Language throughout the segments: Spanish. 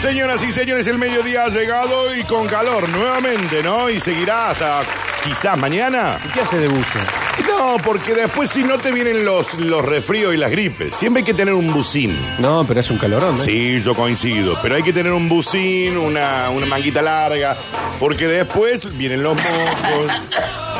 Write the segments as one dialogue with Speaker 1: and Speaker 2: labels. Speaker 1: Señoras y señores, el mediodía ha llegado y con calor nuevamente, ¿no? Y seguirá hasta quizás mañana.
Speaker 2: ¿Y qué hace de buzo?
Speaker 1: No, porque después si no te vienen los, los resfríos y las gripes. Siempre hay que tener un bucín.
Speaker 2: No, pero es un calorón, ¿eh?
Speaker 1: Sí, yo coincido. Pero hay que tener un bucín, una, una manguita larga. Porque después vienen los mocos.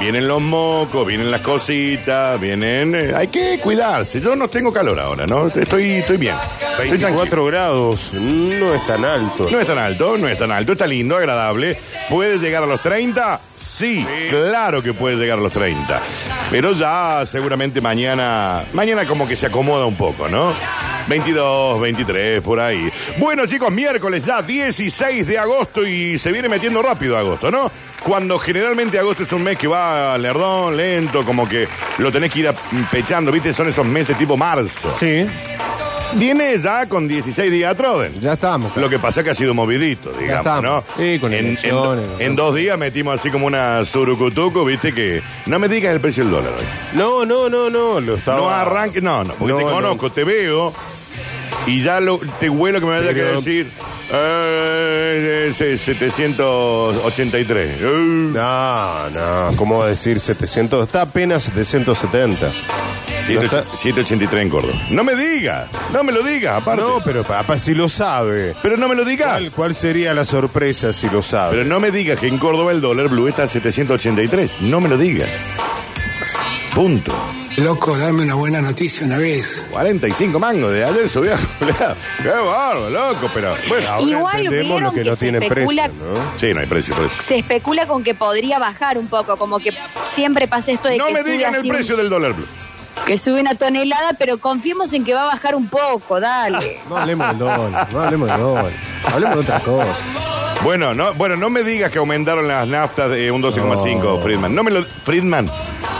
Speaker 1: Vienen los mocos, vienen las cositas, vienen... eh, hay que cuidarse. Yo no tengo calor ahora, ¿no? Estoy, estoy bien. Estoy tranquilo.
Speaker 3: 24 grados, no es tan alto.
Speaker 1: No es tan alto, no es tan alto, está lindo, agradable. ¿Puede llegar a los 30? Sí, claro que puede llegar a los 30. Pero ya seguramente mañana, mañana como que se acomoda un poco, ¿no? 22, 23, por ahí. Bueno chicos, miércoles ya 16 de agosto y se viene metiendo rápido agosto, ¿no? Cuando generalmente agosto es un mes que va lerdón, lento, como que lo tenés que ir a- pechando, ¿viste? Son esos meses tipo marzo.
Speaker 2: Sí,
Speaker 1: Viene ya con 16 días a Troden.
Speaker 2: ya estamos.
Speaker 1: Lo que pasa es que ha sido movidito, digamos,
Speaker 2: estamos.
Speaker 1: ¿no?
Speaker 2: Sí, con
Speaker 1: en, en,
Speaker 2: elecciones,
Speaker 1: en dos días metimos así como una surucutuco, viste que... No me digas el precio del dólar hoy.
Speaker 3: No, no, no, no, lo estaba.
Speaker 1: No arranque, no, no, porque
Speaker 3: Ah. No,
Speaker 1: te
Speaker 3: no.
Speaker 1: conozco, te veo y ya lo- te huelo que me vaya
Speaker 3: Pero-
Speaker 1: a decir... eh, ese 783. Eh,
Speaker 3: No, no, ¿cómo va a decir 700? Está apenas 770. No,
Speaker 1: siete-
Speaker 3: está-
Speaker 1: 783 en Córdoba. No me digas, no me lo digas, aparte.
Speaker 3: no pero papá, si lo sabe.
Speaker 1: Pero no me lo digas.
Speaker 3: ¿Cuál, cuál sería la sorpresa si lo sabe?
Speaker 1: Pero no me digas que en Córdoba el dólar blue está a 783. No me lo digas. Punto.
Speaker 4: Loco, dame una buena noticia una vez.
Speaker 1: 45 mangos de ayer subió. Qué barro, loco, pero bueno.
Speaker 3: Ahora
Speaker 5: Igual
Speaker 3: entendemos
Speaker 5: vieron
Speaker 3: lo que,
Speaker 5: que
Speaker 3: no
Speaker 5: se
Speaker 3: tiene
Speaker 5: especula-
Speaker 3: precio, ¿no?
Speaker 1: Sí, no hay precio por eso.
Speaker 5: Se especula con que podría bajar un poco, como que siempre pasa esto de
Speaker 1: No
Speaker 5: que,
Speaker 1: me
Speaker 5: sube
Speaker 1: digan el
Speaker 5: así un-
Speaker 1: precio del dólar blue.
Speaker 5: que sube una tonelada, pero confiemos en que va a bajar un poco, dale.
Speaker 2: No hablemos del dólar, no hablemos del dólar. Hablemos de otra cosa.
Speaker 1: Bueno, no, bueno, no me digas que aumentaron las naftas de un 12,5, Friedman. No me lo. Friedman,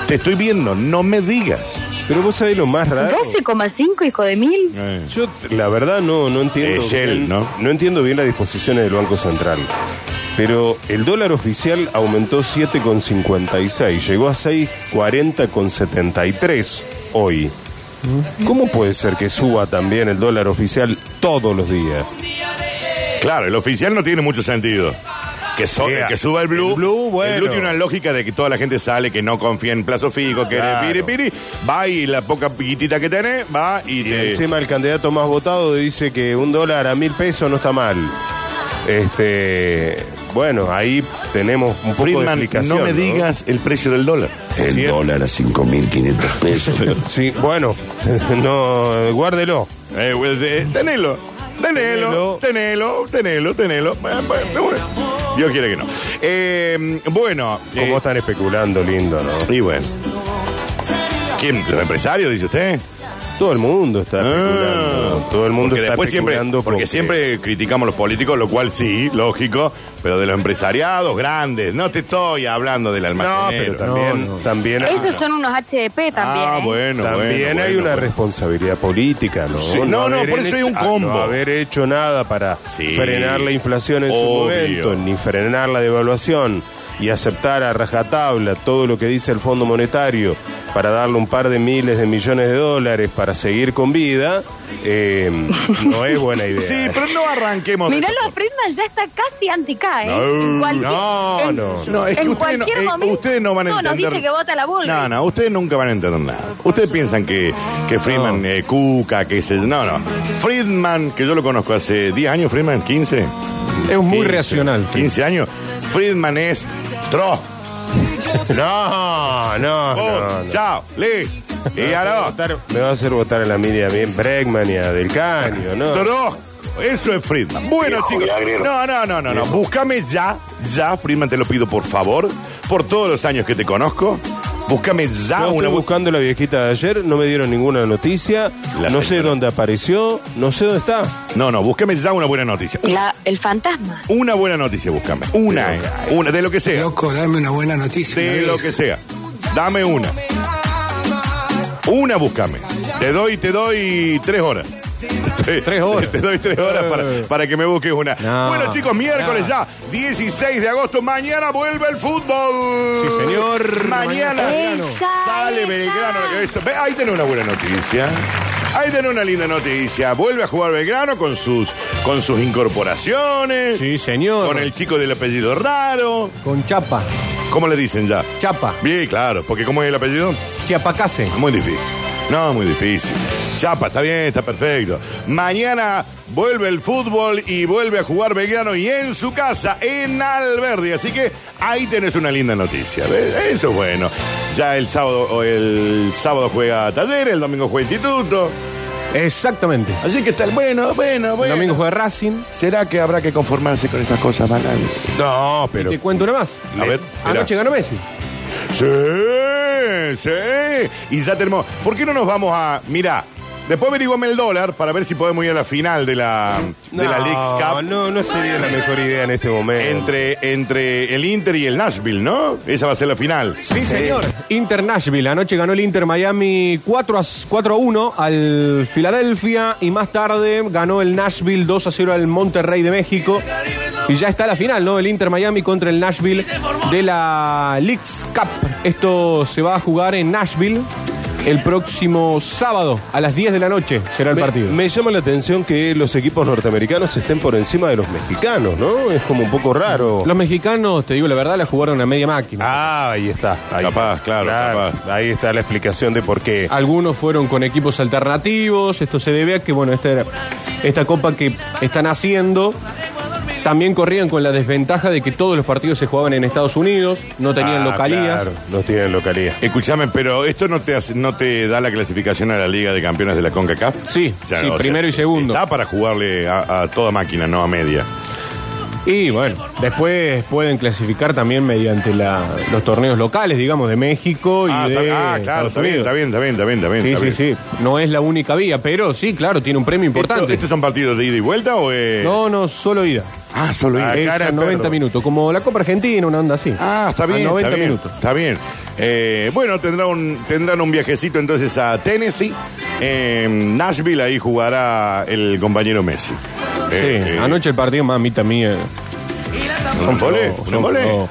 Speaker 1: te estoy viendo, no me digas.
Speaker 3: Pero vos sabés lo más raro.
Speaker 5: 12,5 hijo de mil.
Speaker 3: Yo, la verdad, no, no entiendo.
Speaker 1: Es él,
Speaker 3: bien-
Speaker 1: ¿no?
Speaker 3: entiendo bien las disposiciones del Banco Central. Pero el dólar oficial aumentó 7,56. Llegó a 6,40,73 hoy. ¿Cómo puede ser que suba también el dólar oficial todos los días?
Speaker 1: Claro, el oficial no tiene mucho sentido. Que, so-
Speaker 3: Mira,
Speaker 1: que suba el blue.
Speaker 3: ah, el blue, bueno.
Speaker 1: blue tiene una lógica de que toda la gente sale, que no confía en plazo fijo, que
Speaker 3: Claro.
Speaker 1: piri, piri, va y la poca piquitita que tiene, va y,
Speaker 3: Y
Speaker 1: te.
Speaker 3: encima el candidato más votado dice que un dólar a mil pesos no está mal. Este, bueno, ahí tenemos un poco de
Speaker 1: Friedman,
Speaker 3: explicación.
Speaker 1: no me digas el precio del dólar.
Speaker 6: El
Speaker 3: Cierto.
Speaker 6: dólar a 5.500 pesos.
Speaker 3: Sí, bueno, no, guárdelo.
Speaker 1: Eh, pues, eh, tenelo, tenelo,
Speaker 3: Tenelo.
Speaker 1: tenelo, tenelo, tenelo. Eh, pues, de una. Dios quiere que no. Eh, bueno, eh,
Speaker 3: Como están especulando, lindo, ¿no?
Speaker 1: y bueno. ¿Quién? ¿Los empresarios, dice usted?
Speaker 3: Todo el mundo está
Speaker 1: Ah,
Speaker 3: especulando. Todo el mundo
Speaker 1: porque
Speaker 3: está
Speaker 1: después siempre,
Speaker 3: especulando
Speaker 1: porque
Speaker 3: con
Speaker 1: siempre criticamos a los políticos, lo cual sí, lógico, pero de los empresariados grandes. No te estoy hablando del
Speaker 3: que- No,
Speaker 1: almacenero.
Speaker 3: pero también,
Speaker 2: No, no.
Speaker 3: también,
Speaker 5: Esos son unos HDP también.
Speaker 1: ah,
Speaker 5: ¿eh?
Speaker 1: bueno,
Speaker 3: también
Speaker 1: bueno,
Speaker 3: hay
Speaker 1: bueno,
Speaker 3: una
Speaker 1: bueno.
Speaker 3: responsabilidad política, ¿no?
Speaker 1: Sí, no, no,
Speaker 3: haber
Speaker 1: por eso hay un
Speaker 3: hecho- ah,
Speaker 1: combo.
Speaker 3: No haber hecho nada para
Speaker 1: Sí.
Speaker 3: frenar la inflación en
Speaker 1: Obvio.
Speaker 3: su momento, ni frenar la devaluación y aceptar a rajatabla todo lo que dice el Fondo Monetario para darle un par de miles de millones de dólares para seguir con vida, eh, no es buena idea.
Speaker 1: Sí, pero no arranquemos. de
Speaker 5: Miralo
Speaker 1: esa
Speaker 5: a Friedman, ya está casi anti-K, ¿eh?
Speaker 1: No,
Speaker 5: En cualquier-
Speaker 3: no,
Speaker 5: en-
Speaker 3: no.
Speaker 1: No, es que
Speaker 5: en
Speaker 1: ustedes no,
Speaker 5: cualquier
Speaker 1: eh,
Speaker 5: momento.
Speaker 1: ustedes no van a
Speaker 5: No,
Speaker 1: entender.
Speaker 5: nos dice que vota la Bullrich.
Speaker 1: No, no, ustedes nunca van a entender nada. Ustedes piensan que, que Friedman, eh, Cuca, que se. No, no. Friedman, que yo lo conozco hace 10 años, Friedman, 15.
Speaker 2: Es muy
Speaker 1: 15,
Speaker 2: reaccional.
Speaker 1: 15 años. Friedman es Tro.
Speaker 3: No, no, no, no.
Speaker 1: Oh, Chao. Le. Y
Speaker 3: Me va a hacer
Speaker 1: ahora.
Speaker 3: votar- Me va a hacer votar a la media bien Bregman y a Del Caño, ¿no?
Speaker 1: Tro. Eso es Friedman. Bueno, chicos. No, no, no, no, no. Búscame ya, ya, Friedman, te lo pido por favor, por todos los años que te conozco. Búscame ya
Speaker 3: Yo
Speaker 1: Ah, una
Speaker 3: estoy
Speaker 1: bu-
Speaker 3: buscando la viejita de ayer, no me dieron ninguna noticia,
Speaker 1: La
Speaker 3: no sé
Speaker 1: señora.
Speaker 3: dónde apareció, no sé dónde está.
Speaker 1: No, no, búscame ya una buena noticia.
Speaker 5: La- el fantasma.
Speaker 1: Una buena noticia, búscame. Una, eh. una, de lo que sea.
Speaker 4: Loco, dame una buena noticia una
Speaker 1: De
Speaker 4: vez.
Speaker 1: lo que sea. Dame una. Una, búscame. Te doy, te doy tres horas.
Speaker 2: Tres horas. Eh.
Speaker 1: Te doy tres horas para, para que me busques una.
Speaker 2: No.
Speaker 1: bueno, chicos, miércoles ya, 16 de agosto. Mañana vuelve el fútbol.
Speaker 2: Sí, señor.
Speaker 1: Mañana,
Speaker 5: Belgrano. Esa,
Speaker 1: sale
Speaker 5: esa.
Speaker 1: Belgrano. Eso. Ve, Ahí tenés una buena noticia. Ahí tenés una linda noticia. Vuelve a jugar Belgrano con sus con sus incorporaciones,
Speaker 2: Sí, señor.
Speaker 1: con el chico del apellido raro.
Speaker 2: Con chapa.
Speaker 1: ¿Cómo le dicen ya?
Speaker 2: Chapa.
Speaker 1: Bien, claro, porque ¿cómo es el apellido?
Speaker 2: Chiapacase.
Speaker 1: Muy difícil. No, muy difícil. Chapa, está bien, está perfecto. Mañana vuelve el fútbol y vuelve a jugar Belgrano y en su casa, en Alberdi. Así que ahí tenés una linda noticia. ¿ves? Eso es bueno. Ya el sábado, o el sábado juega Taller, el domingo juega Instituto.
Speaker 2: Exactamente.
Speaker 1: Así que está el bueno, bueno,
Speaker 2: El
Speaker 1: bueno.
Speaker 2: domingo juega Racing.
Speaker 1: ¿Será que habrá que conformarse con esas cosas banales? No, pero.
Speaker 2: Te cuento una más.
Speaker 1: A ver,
Speaker 2: Anoche ganó Messi.
Speaker 1: Sí, sí. Y ya tenemos. ¿Por qué no nos vamos a. Mirá, después averiguame el dólar para ver si podemos ir a la final de la, de la Leagues Cup.
Speaker 3: No, no sería la mejor idea en este momento.
Speaker 1: Entre, entre el Inter y el Nashville, ¿no? Esa va a ser la final.
Speaker 2: Sí, señor. Inter Nashville. Anoche ganó el Inter Miami 4 a, 4 a 1 al Filadelfia y más tarde ganó el Nashville 2 a 0 al Monterrey de México. Y ya está la final, ¿no? El Inter Miami contra el Nashville de la Leagues Cup. Esto se va a jugar en Nashville el próximo sábado a las 10 de la noche será el
Speaker 3: Me,
Speaker 2: partido.
Speaker 3: me llama la atención que los equipos norteamericanos estén por encima de los mexicanos, ¿no? Es como un poco raro.
Speaker 2: Los mexicanos, te digo la verdad, la jugaron a media máquina.
Speaker 3: Ah, ahí está. Ahí
Speaker 1: Capaz, claro,
Speaker 3: Ahí está la explicación de por qué.
Speaker 2: Algunos fueron con equipos alternativos. Esto se debe a que, bueno, esta, era- esta copa que están haciendo. También corrían con la desventaja de que todos los partidos se jugaban en Estados Unidos, no tenían
Speaker 3: Ah,
Speaker 2: localías.
Speaker 3: claro, no tienen localía.
Speaker 1: Escúchame, pero esto no te hace- no te da la clasificación a la Liga de Campeones de la CONCACAF.
Speaker 2: Sí,
Speaker 1: Ya,
Speaker 2: sí,
Speaker 1: o sea,
Speaker 2: primero y segundo.
Speaker 1: Está para jugarle a, a toda máquina, no a media.
Speaker 2: Y bueno, después pueden clasificar también mediante la- los torneos locales, digamos, de México y
Speaker 1: Ah,
Speaker 2: de.
Speaker 1: está- ah, claro,
Speaker 2: Estados
Speaker 1: está bien,
Speaker 2: Unidos.
Speaker 1: está bien, está bien, está bien, está bien. está
Speaker 2: eh, Sí,
Speaker 1: bien.
Speaker 2: sí, sí. No es la única vía, pero sí, claro, tiene un premio
Speaker 1: ¿Esto-
Speaker 2: importante.
Speaker 1: ¿Estos son partidos de ida y vuelta o es...?
Speaker 2: No, no, solo ida.
Speaker 1: Ah, solo ida.
Speaker 3: Ah,
Speaker 2: Es
Speaker 3: cara
Speaker 2: a
Speaker 3: de
Speaker 2: 90
Speaker 3: perro.
Speaker 2: minutos, como la Copa Argentina, una onda así.
Speaker 1: Ah, está
Speaker 2: A
Speaker 1: bien.
Speaker 2: 90
Speaker 1: está bien,
Speaker 2: minutos.
Speaker 1: Está bien. Eh, bueno, tendrá un, tendrán un viajecito entonces a Tennessee. En Nashville ahí jugará el compañero Messi. Eh,
Speaker 2: Sí, anoche el partido, mamita mía.
Speaker 1: Son volé,
Speaker 2: flojos,
Speaker 1: son volé.
Speaker 2: flojos.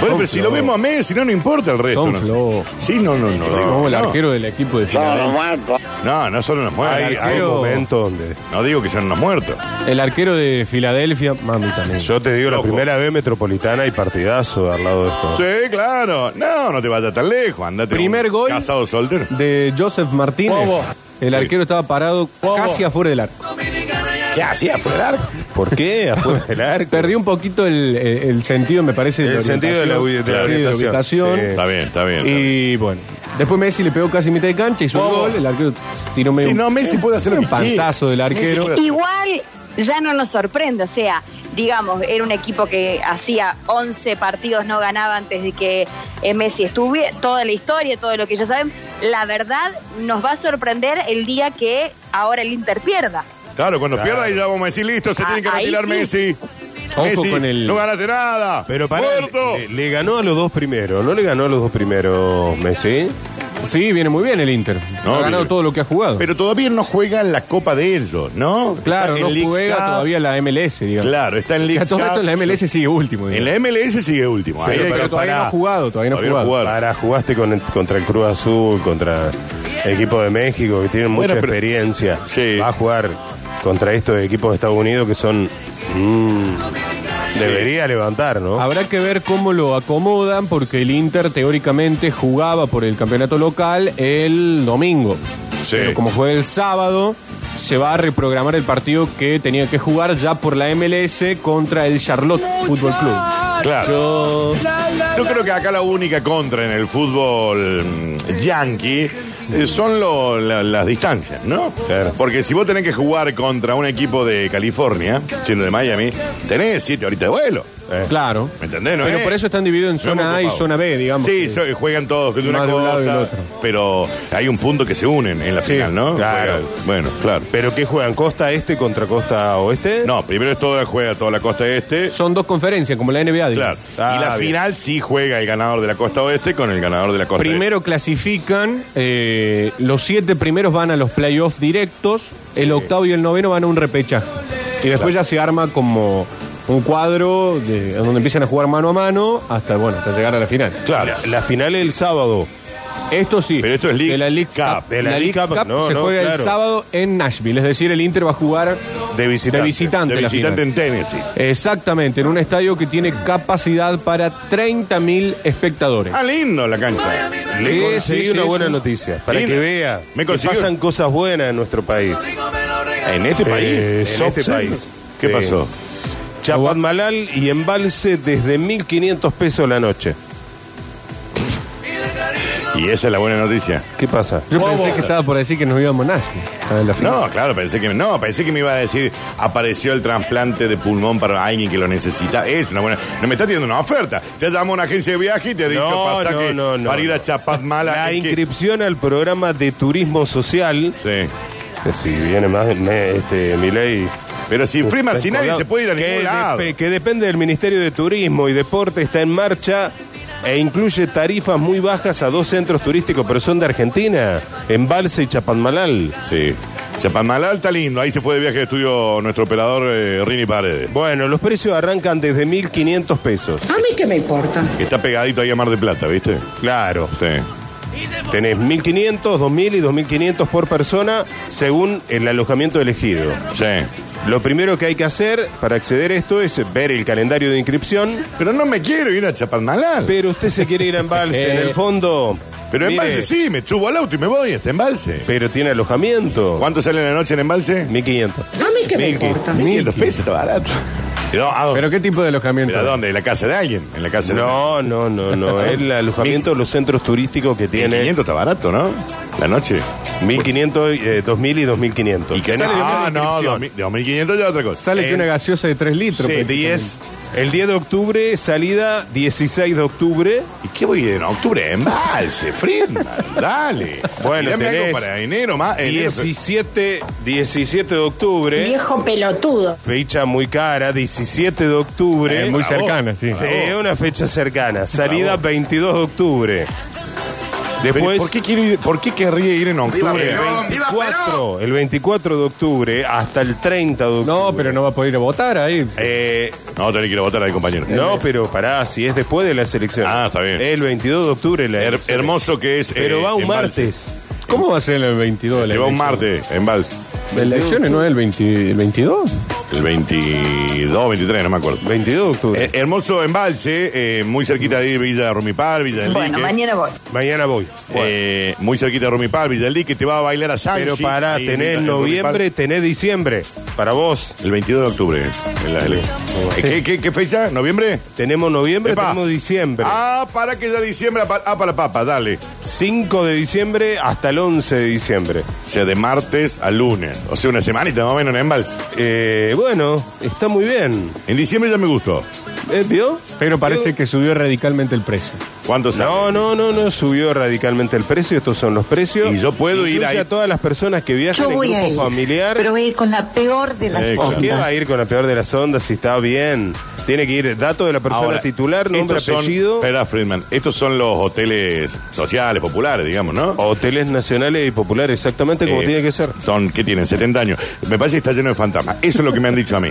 Speaker 1: Bueno,
Speaker 2: son
Speaker 1: pero si lo
Speaker 2: flojos.
Speaker 1: vemos a Messi, no, no importa el resto.
Speaker 2: Son
Speaker 1: no.
Speaker 2: flojos.
Speaker 1: Sí, no, no, no.
Speaker 2: Como
Speaker 1: no,
Speaker 2: el
Speaker 1: no.
Speaker 2: arquero del equipo de Filadelfia.
Speaker 1: No, no solo nos
Speaker 3: Hay,
Speaker 1: muertos.
Speaker 3: hay
Speaker 2: arquero-
Speaker 3: momentos donde.
Speaker 1: No digo que sean unos muertos.
Speaker 2: El arquero de Filadelfia, mamita mía.
Speaker 3: Yo te digo, la
Speaker 1: Loco.
Speaker 3: primera vez metropolitana y partidazo al lado de esto.
Speaker 1: Sí, claro. No, no te vayas tan lejos. Andate.
Speaker 2: Primer
Speaker 1: un
Speaker 2: gol.
Speaker 1: Casado soltero.
Speaker 2: De Joseph Martínez.
Speaker 1: Bobo.
Speaker 2: El
Speaker 1: Sí.
Speaker 2: arquero estaba parado casi afuera del arco.
Speaker 1: ¿Qué hacía? ¿Fue dar?
Speaker 3: ¿Por qué? Afuera del arco.
Speaker 2: Perdió un poquito el, el- el sentido, me parece. de
Speaker 3: El
Speaker 2: la
Speaker 3: sentido de
Speaker 2: orientación.
Speaker 3: la ubi- de la
Speaker 2: Sí,
Speaker 3: orientación.
Speaker 2: ubicación.
Speaker 1: Está bien, está bien. está bien.
Speaker 2: Y bueno, después Messi le pegó casi mitad de cancha, hizo
Speaker 1: Bobo.
Speaker 2: el gol. El arquero tiró medio.
Speaker 1: Sí, no, Messi puede hacer lo
Speaker 2: un
Speaker 1: que quiera.
Speaker 2: panzazo del
Speaker 1: Messi
Speaker 2: arquero.
Speaker 1: puede hacer-
Speaker 5: Igual ya no nos sorprende, o sea, digamos, era un equipo que hacía 11 partidos no ganaba antes de que eh, Messi estuviera, toda la historia, todo lo que ya saben, la verdad nos va a sorprender el día que ahora el Inter pierda.
Speaker 1: Claro, cuando
Speaker 3: Claro.
Speaker 1: pierda y ya vamos a decir, listo, se
Speaker 5: Ah,
Speaker 1: tiene que
Speaker 5: ahí
Speaker 1: retirar
Speaker 5: sí.
Speaker 1: Messi.
Speaker 2: Ojo
Speaker 1: Messi,
Speaker 2: con el-
Speaker 1: no ganaste nada.
Speaker 3: Pero pará,
Speaker 1: ¡Muerto!
Speaker 3: le, le ganó a los dos primeros, ¿no le ganó a los dos primeros Messi?
Speaker 2: Sí, viene muy bien el Inter.
Speaker 1: No,
Speaker 2: ha ganado
Speaker 1: viene-
Speaker 2: todo lo que ha jugado.
Speaker 1: Pero todavía no juega en la Copa de ellos, ¿no?
Speaker 2: claro,
Speaker 1: Está
Speaker 2: no
Speaker 1: en League
Speaker 2: juega
Speaker 1: Cup.
Speaker 2: todavía la MLS, digamos.
Speaker 1: Claro, está en
Speaker 2: Que
Speaker 1: League
Speaker 2: a todo
Speaker 1: Cup.
Speaker 2: esto en la MLS sigue último.
Speaker 1: En
Speaker 2: digamos.
Speaker 1: la MLS sigue último. Ahí
Speaker 2: Pero,
Speaker 1: hay
Speaker 2: pero
Speaker 1: que-
Speaker 2: todavía no ha
Speaker 3: pará.
Speaker 2: jugado, todavía no ha
Speaker 1: Todavía no
Speaker 2: jugado.
Speaker 1: Claro.
Speaker 3: Para, jugaste con el- contra el Cruz Azul, contra el equipo de México, que tienen
Speaker 1: Bueno,
Speaker 3: mucha
Speaker 1: pero-
Speaker 3: experiencia.
Speaker 1: Sí.
Speaker 3: Va a jugar contra estos equipos de Estados Unidos que son... mm, Debería levantar,
Speaker 1: Ah.
Speaker 3: ¿no?
Speaker 2: Habrá que ver cómo lo acomodan, porque el Inter teóricamente jugaba por el campeonato local el domingo.
Speaker 1: Sí.
Speaker 2: Pero como fue el sábado, se va a reprogramar el partido que tenía que jugar ya por la MLS contra el Charlotte Fútbol Club.
Speaker 1: Claro.
Speaker 2: Yo-
Speaker 1: Yo creo que acá la única contra en el fútbol mm, yankee eh, son lo- la- las distancias, ¿no?
Speaker 3: Claro.
Speaker 1: Porque si vos tenés que jugar contra un equipo de California, siendo de Miami, tenés siete horitas de vuelo.
Speaker 3: Eh.
Speaker 2: Claro.
Speaker 1: ¿Me entendés? No
Speaker 2: Pero
Speaker 1: es-
Speaker 2: por eso están divididos en
Speaker 1: No hemos
Speaker 2: zona A y
Speaker 1: ocupado.
Speaker 2: zona B, digamos.
Speaker 1: Sí,
Speaker 2: Que-
Speaker 1: so- eh, juegan todos de una
Speaker 2: Más de un lado y del
Speaker 1: costa,
Speaker 2: otro.
Speaker 1: pero hay un punto que se unen en la
Speaker 2: Sí,
Speaker 1: final, ¿no?
Speaker 3: claro.
Speaker 1: Juega- bueno, claro.
Speaker 3: ¿Pero qué juegan? ¿Costa este contra costa oeste?
Speaker 1: No, primero es toda juega toda la costa este.
Speaker 2: Son dos conferencias, como la NBA.
Speaker 1: Claro.
Speaker 2: digamos.
Speaker 3: Ah,
Speaker 1: y la
Speaker 3: bien.
Speaker 1: final sí juega el ganador de la costa oeste con el ganador de la costa
Speaker 2: Primero clasifican, eh, los siete primeros van a los playoffs directos, el octavo y el noveno van a un repechaje. Y después ya se arma como un cuadro de, donde empiezan a jugar mano a mano hasta, bueno, hasta llegar a la final.
Speaker 1: este. Claro.
Speaker 3: La, la final es el sábado.
Speaker 2: Esto sí.
Speaker 1: Pero esto es League
Speaker 2: de la League
Speaker 1: Cup.
Speaker 2: Cup.
Speaker 3: De la League Cup, no,
Speaker 2: se
Speaker 3: no,
Speaker 2: juega el
Speaker 3: claro.
Speaker 2: sábado en Nashville. Es decir, el Inter va a jugar
Speaker 3: De visitante.
Speaker 2: de visitante.
Speaker 1: De
Speaker 2: la
Speaker 1: visitante
Speaker 2: final.
Speaker 1: en Tennessee.
Speaker 2: Exactamente, en un estadio que tiene capacidad para 30.000 espectadores.
Speaker 1: Ah, lindo la cancha.
Speaker 3: Le
Speaker 2: Sí,
Speaker 3: conseguí
Speaker 2: sí,
Speaker 3: una
Speaker 2: sí,
Speaker 3: buena
Speaker 2: sí.
Speaker 3: noticia para
Speaker 1: Linda.
Speaker 3: que vea
Speaker 1: Me
Speaker 3: que
Speaker 1: consiguió.
Speaker 3: pasan cosas buenas en nuestro país.
Speaker 1: En este país.
Speaker 3: Eh,
Speaker 1: en este
Speaker 3: Soxen.
Speaker 1: país. ¿Qué
Speaker 3: Sí.
Speaker 1: pasó?
Speaker 3: Chapat Malal y embalse desde 1.500 pesos la noche.
Speaker 1: Y esa es la buena noticia.
Speaker 3: ¿Qué pasa?
Speaker 2: Yo pensé que estaba por decir que nos íbamos a Nashville. a ver la final.
Speaker 1: No, claro, pensé que no, pensé que me iba a decir apareció el trasplante de pulmón para alguien que lo necesita. Es una buena. No me está tirando una oferta. Te llamo a una agencia de viaje y te ha dicho
Speaker 3: No,
Speaker 1: pasa
Speaker 3: no,
Speaker 1: que
Speaker 3: no, no,
Speaker 1: para ir a
Speaker 3: no.
Speaker 1: Chapatmala
Speaker 3: La
Speaker 1: es que-
Speaker 3: inscripción al programa de turismo social.
Speaker 1: Sí.
Speaker 3: que Si viene más me- este, mi ley.
Speaker 1: Pero si Freeman, si nadie se puede ir a
Speaker 3: Que
Speaker 1: ningún lado.
Speaker 3: depe- que depende del Ministerio de Turismo y Deporte, está en marcha e incluye tarifas muy bajas a dos centros turísticos, pero son de Argentina, Embalse y Chapadmalal.
Speaker 1: Sí. Chapatmala está lindo. Ahí se fue de viaje de estudio nuestro operador eh, Rini Paredes,
Speaker 3: Bueno, los precios arrancan desde 1.500 pesos.
Speaker 7: A mí qué me importa.
Speaker 1: que está pegadito ahí a Mar de Plata, ¿viste?
Speaker 3: Claro,
Speaker 1: Sí.
Speaker 3: tenés 1.500, 2.000 y 2.500 por persona según el alojamiento elegido.
Speaker 1: Sí.
Speaker 3: Lo primero que hay que hacer para acceder a esto es ver el calendario de inscripción.
Speaker 1: Pero no me quiero ir a Chapatmalal.
Speaker 3: Pero usted se quiere ir a Embalse, en
Speaker 1: Eh.
Speaker 3: el fondo.
Speaker 1: Pero
Speaker 3: mire,
Speaker 1: embalse sí, me subo al auto y me voy a este embalse.
Speaker 3: Pero tiene alojamiento.
Speaker 1: ¿Cuánto sale la noche en embalse?
Speaker 3: 1500.
Speaker 7: A mí qué me
Speaker 3: Milky.
Speaker 7: importa.
Speaker 1: 500 pesos, está barato. Pero, ¿a dónde?
Speaker 2: Pero qué tipo de alojamiento.
Speaker 1: ¿Pero a dónde? ¿En la casa de alguien? ¿En la casa de
Speaker 3: No, no, no, no. El alojamiento de los centros turísticos que
Speaker 1: alguien?
Speaker 3: tiene.
Speaker 1: 500 está barato, ¿no? La noche.
Speaker 3: 1500, eh, 2000 y 2500.
Speaker 1: ¿Y qué
Speaker 3: Tenés
Speaker 1: no?
Speaker 3: la
Speaker 1: Ah, no,
Speaker 3: inscripción.
Speaker 1: 2000, 2500 ya es otra cosa.
Speaker 2: Sale que
Speaker 3: Eh,
Speaker 2: una gaseosa de 3 litros.
Speaker 3: Sí,
Speaker 2: prácticamente.
Speaker 3: 10. El 10 de octubre, salida 16 de octubre.
Speaker 1: ¿Y qué voy a ir en octubre? Embalse, Friedman, dale.
Speaker 3: Bueno,
Speaker 1: Dame algo
Speaker 3: tenés
Speaker 1: para enero más. enero,
Speaker 3: 17, 17 de
Speaker 2: ¿Eh?
Speaker 3: octubre.
Speaker 7: Viejo pelotudo.
Speaker 3: Fecha muy cara, 17 de octubre.
Speaker 2: Eh, muy
Speaker 1: bravo.
Speaker 2: cercana, sí.
Speaker 3: Sí, una fecha
Speaker 1: Ah,
Speaker 3: cercana. Salida 22 de octubre.
Speaker 1: Pero,
Speaker 3: Después,
Speaker 1: ¿por, qué quiero ir- ¿Por qué querría ir en octubre?
Speaker 3: el 24, el 24 de octubre hasta el 30 de octubre.
Speaker 2: No, pero no va a poder ir a votar ahí.
Speaker 3: Eh,
Speaker 1: No, tenés que ir a votar ahí, compañero. Eh,
Speaker 3: no, pero pará, si es después de las elecciones.
Speaker 1: Ah, está bien.
Speaker 3: El 22 de octubre la
Speaker 1: Her-
Speaker 3: elección.
Speaker 1: hermoso que es.
Speaker 3: eh, Pero
Speaker 1: eh,
Speaker 3: va un
Speaker 1: embalse.
Speaker 3: martes.
Speaker 2: ¿Cómo va a ser el 22?
Speaker 1: Se
Speaker 2: la
Speaker 1: va un
Speaker 2: elección?
Speaker 1: martes, embalse.
Speaker 2: ¿La elección no es el, 20 el 22?
Speaker 1: El 22, 23, no me acuerdo.
Speaker 3: 22 de octubre.
Speaker 1: Eh, hermoso embalse, eh, muy cerquita de Villa Rumipal, Villa del
Speaker 5: Bueno,
Speaker 1: Lique.
Speaker 5: mañana voy.
Speaker 3: Mañana voy.
Speaker 1: Eh, muy cerquita de Rumipal, Villa del Lique, te va a bailar a Sanchi.
Speaker 3: Pero pará,
Speaker 1: Ahí en
Speaker 3: tenés
Speaker 1: Villa- en
Speaker 3: noviembre, tenés diciembre. Para vos.
Speaker 1: Rumipal. El 22 de octubre. eh, en la- eh, ¿qué, qué, qué fecha? ¿Noviembre?
Speaker 3: Tenemos noviembre,
Speaker 1: Epa.
Speaker 3: tenemos diciembre.
Speaker 1: Ah, para que ya diciembre. apa- Ah, para papa, dale.
Speaker 3: 5 de diciembre hasta el 11 de diciembre.
Speaker 1: O sea, de martes a lunes. O sea, una semanita más o menos en embalse.
Speaker 3: Eh, bueno, está muy bien.
Speaker 1: En diciembre ya me gustó.
Speaker 3: ¿Eh, ¿Vio?
Speaker 2: Pero parece
Speaker 3: ¿Vio?
Speaker 2: que subió radicalmente el precio.
Speaker 1: ¿Cuánto sale? Eh,
Speaker 3: No, no, no, no subió radicalmente el precio. Estos son los precios.
Speaker 1: Y yo puedo ir
Speaker 3: Incluye
Speaker 1: ahí.
Speaker 3: a todas las personas que viajan
Speaker 8: Yo
Speaker 3: en
Speaker 8: voy
Speaker 3: grupo
Speaker 8: a ir,
Speaker 3: familiar.
Speaker 8: pero voy a ir con la peor de las
Speaker 1: Eh,
Speaker 8: cosas.
Speaker 1: claro.
Speaker 3: ¿Qué va a ir con la peor de las ondas si está bien? Tiene que ir dato de la persona
Speaker 1: Ahora,
Speaker 3: titular, nombre,
Speaker 1: estos son-
Speaker 3: apellido,
Speaker 1: Espera, Friedman. Estos son los hoteles sociales, populares, digamos, ¿no?
Speaker 3: hoteles nacionales y populares, exactamente como
Speaker 1: Eh,
Speaker 3: tiene que ser.
Speaker 1: Son, ¿qué tienen? 70 años. Me parece que está lleno de fantasmas. Eso es lo que me han dicho a mí.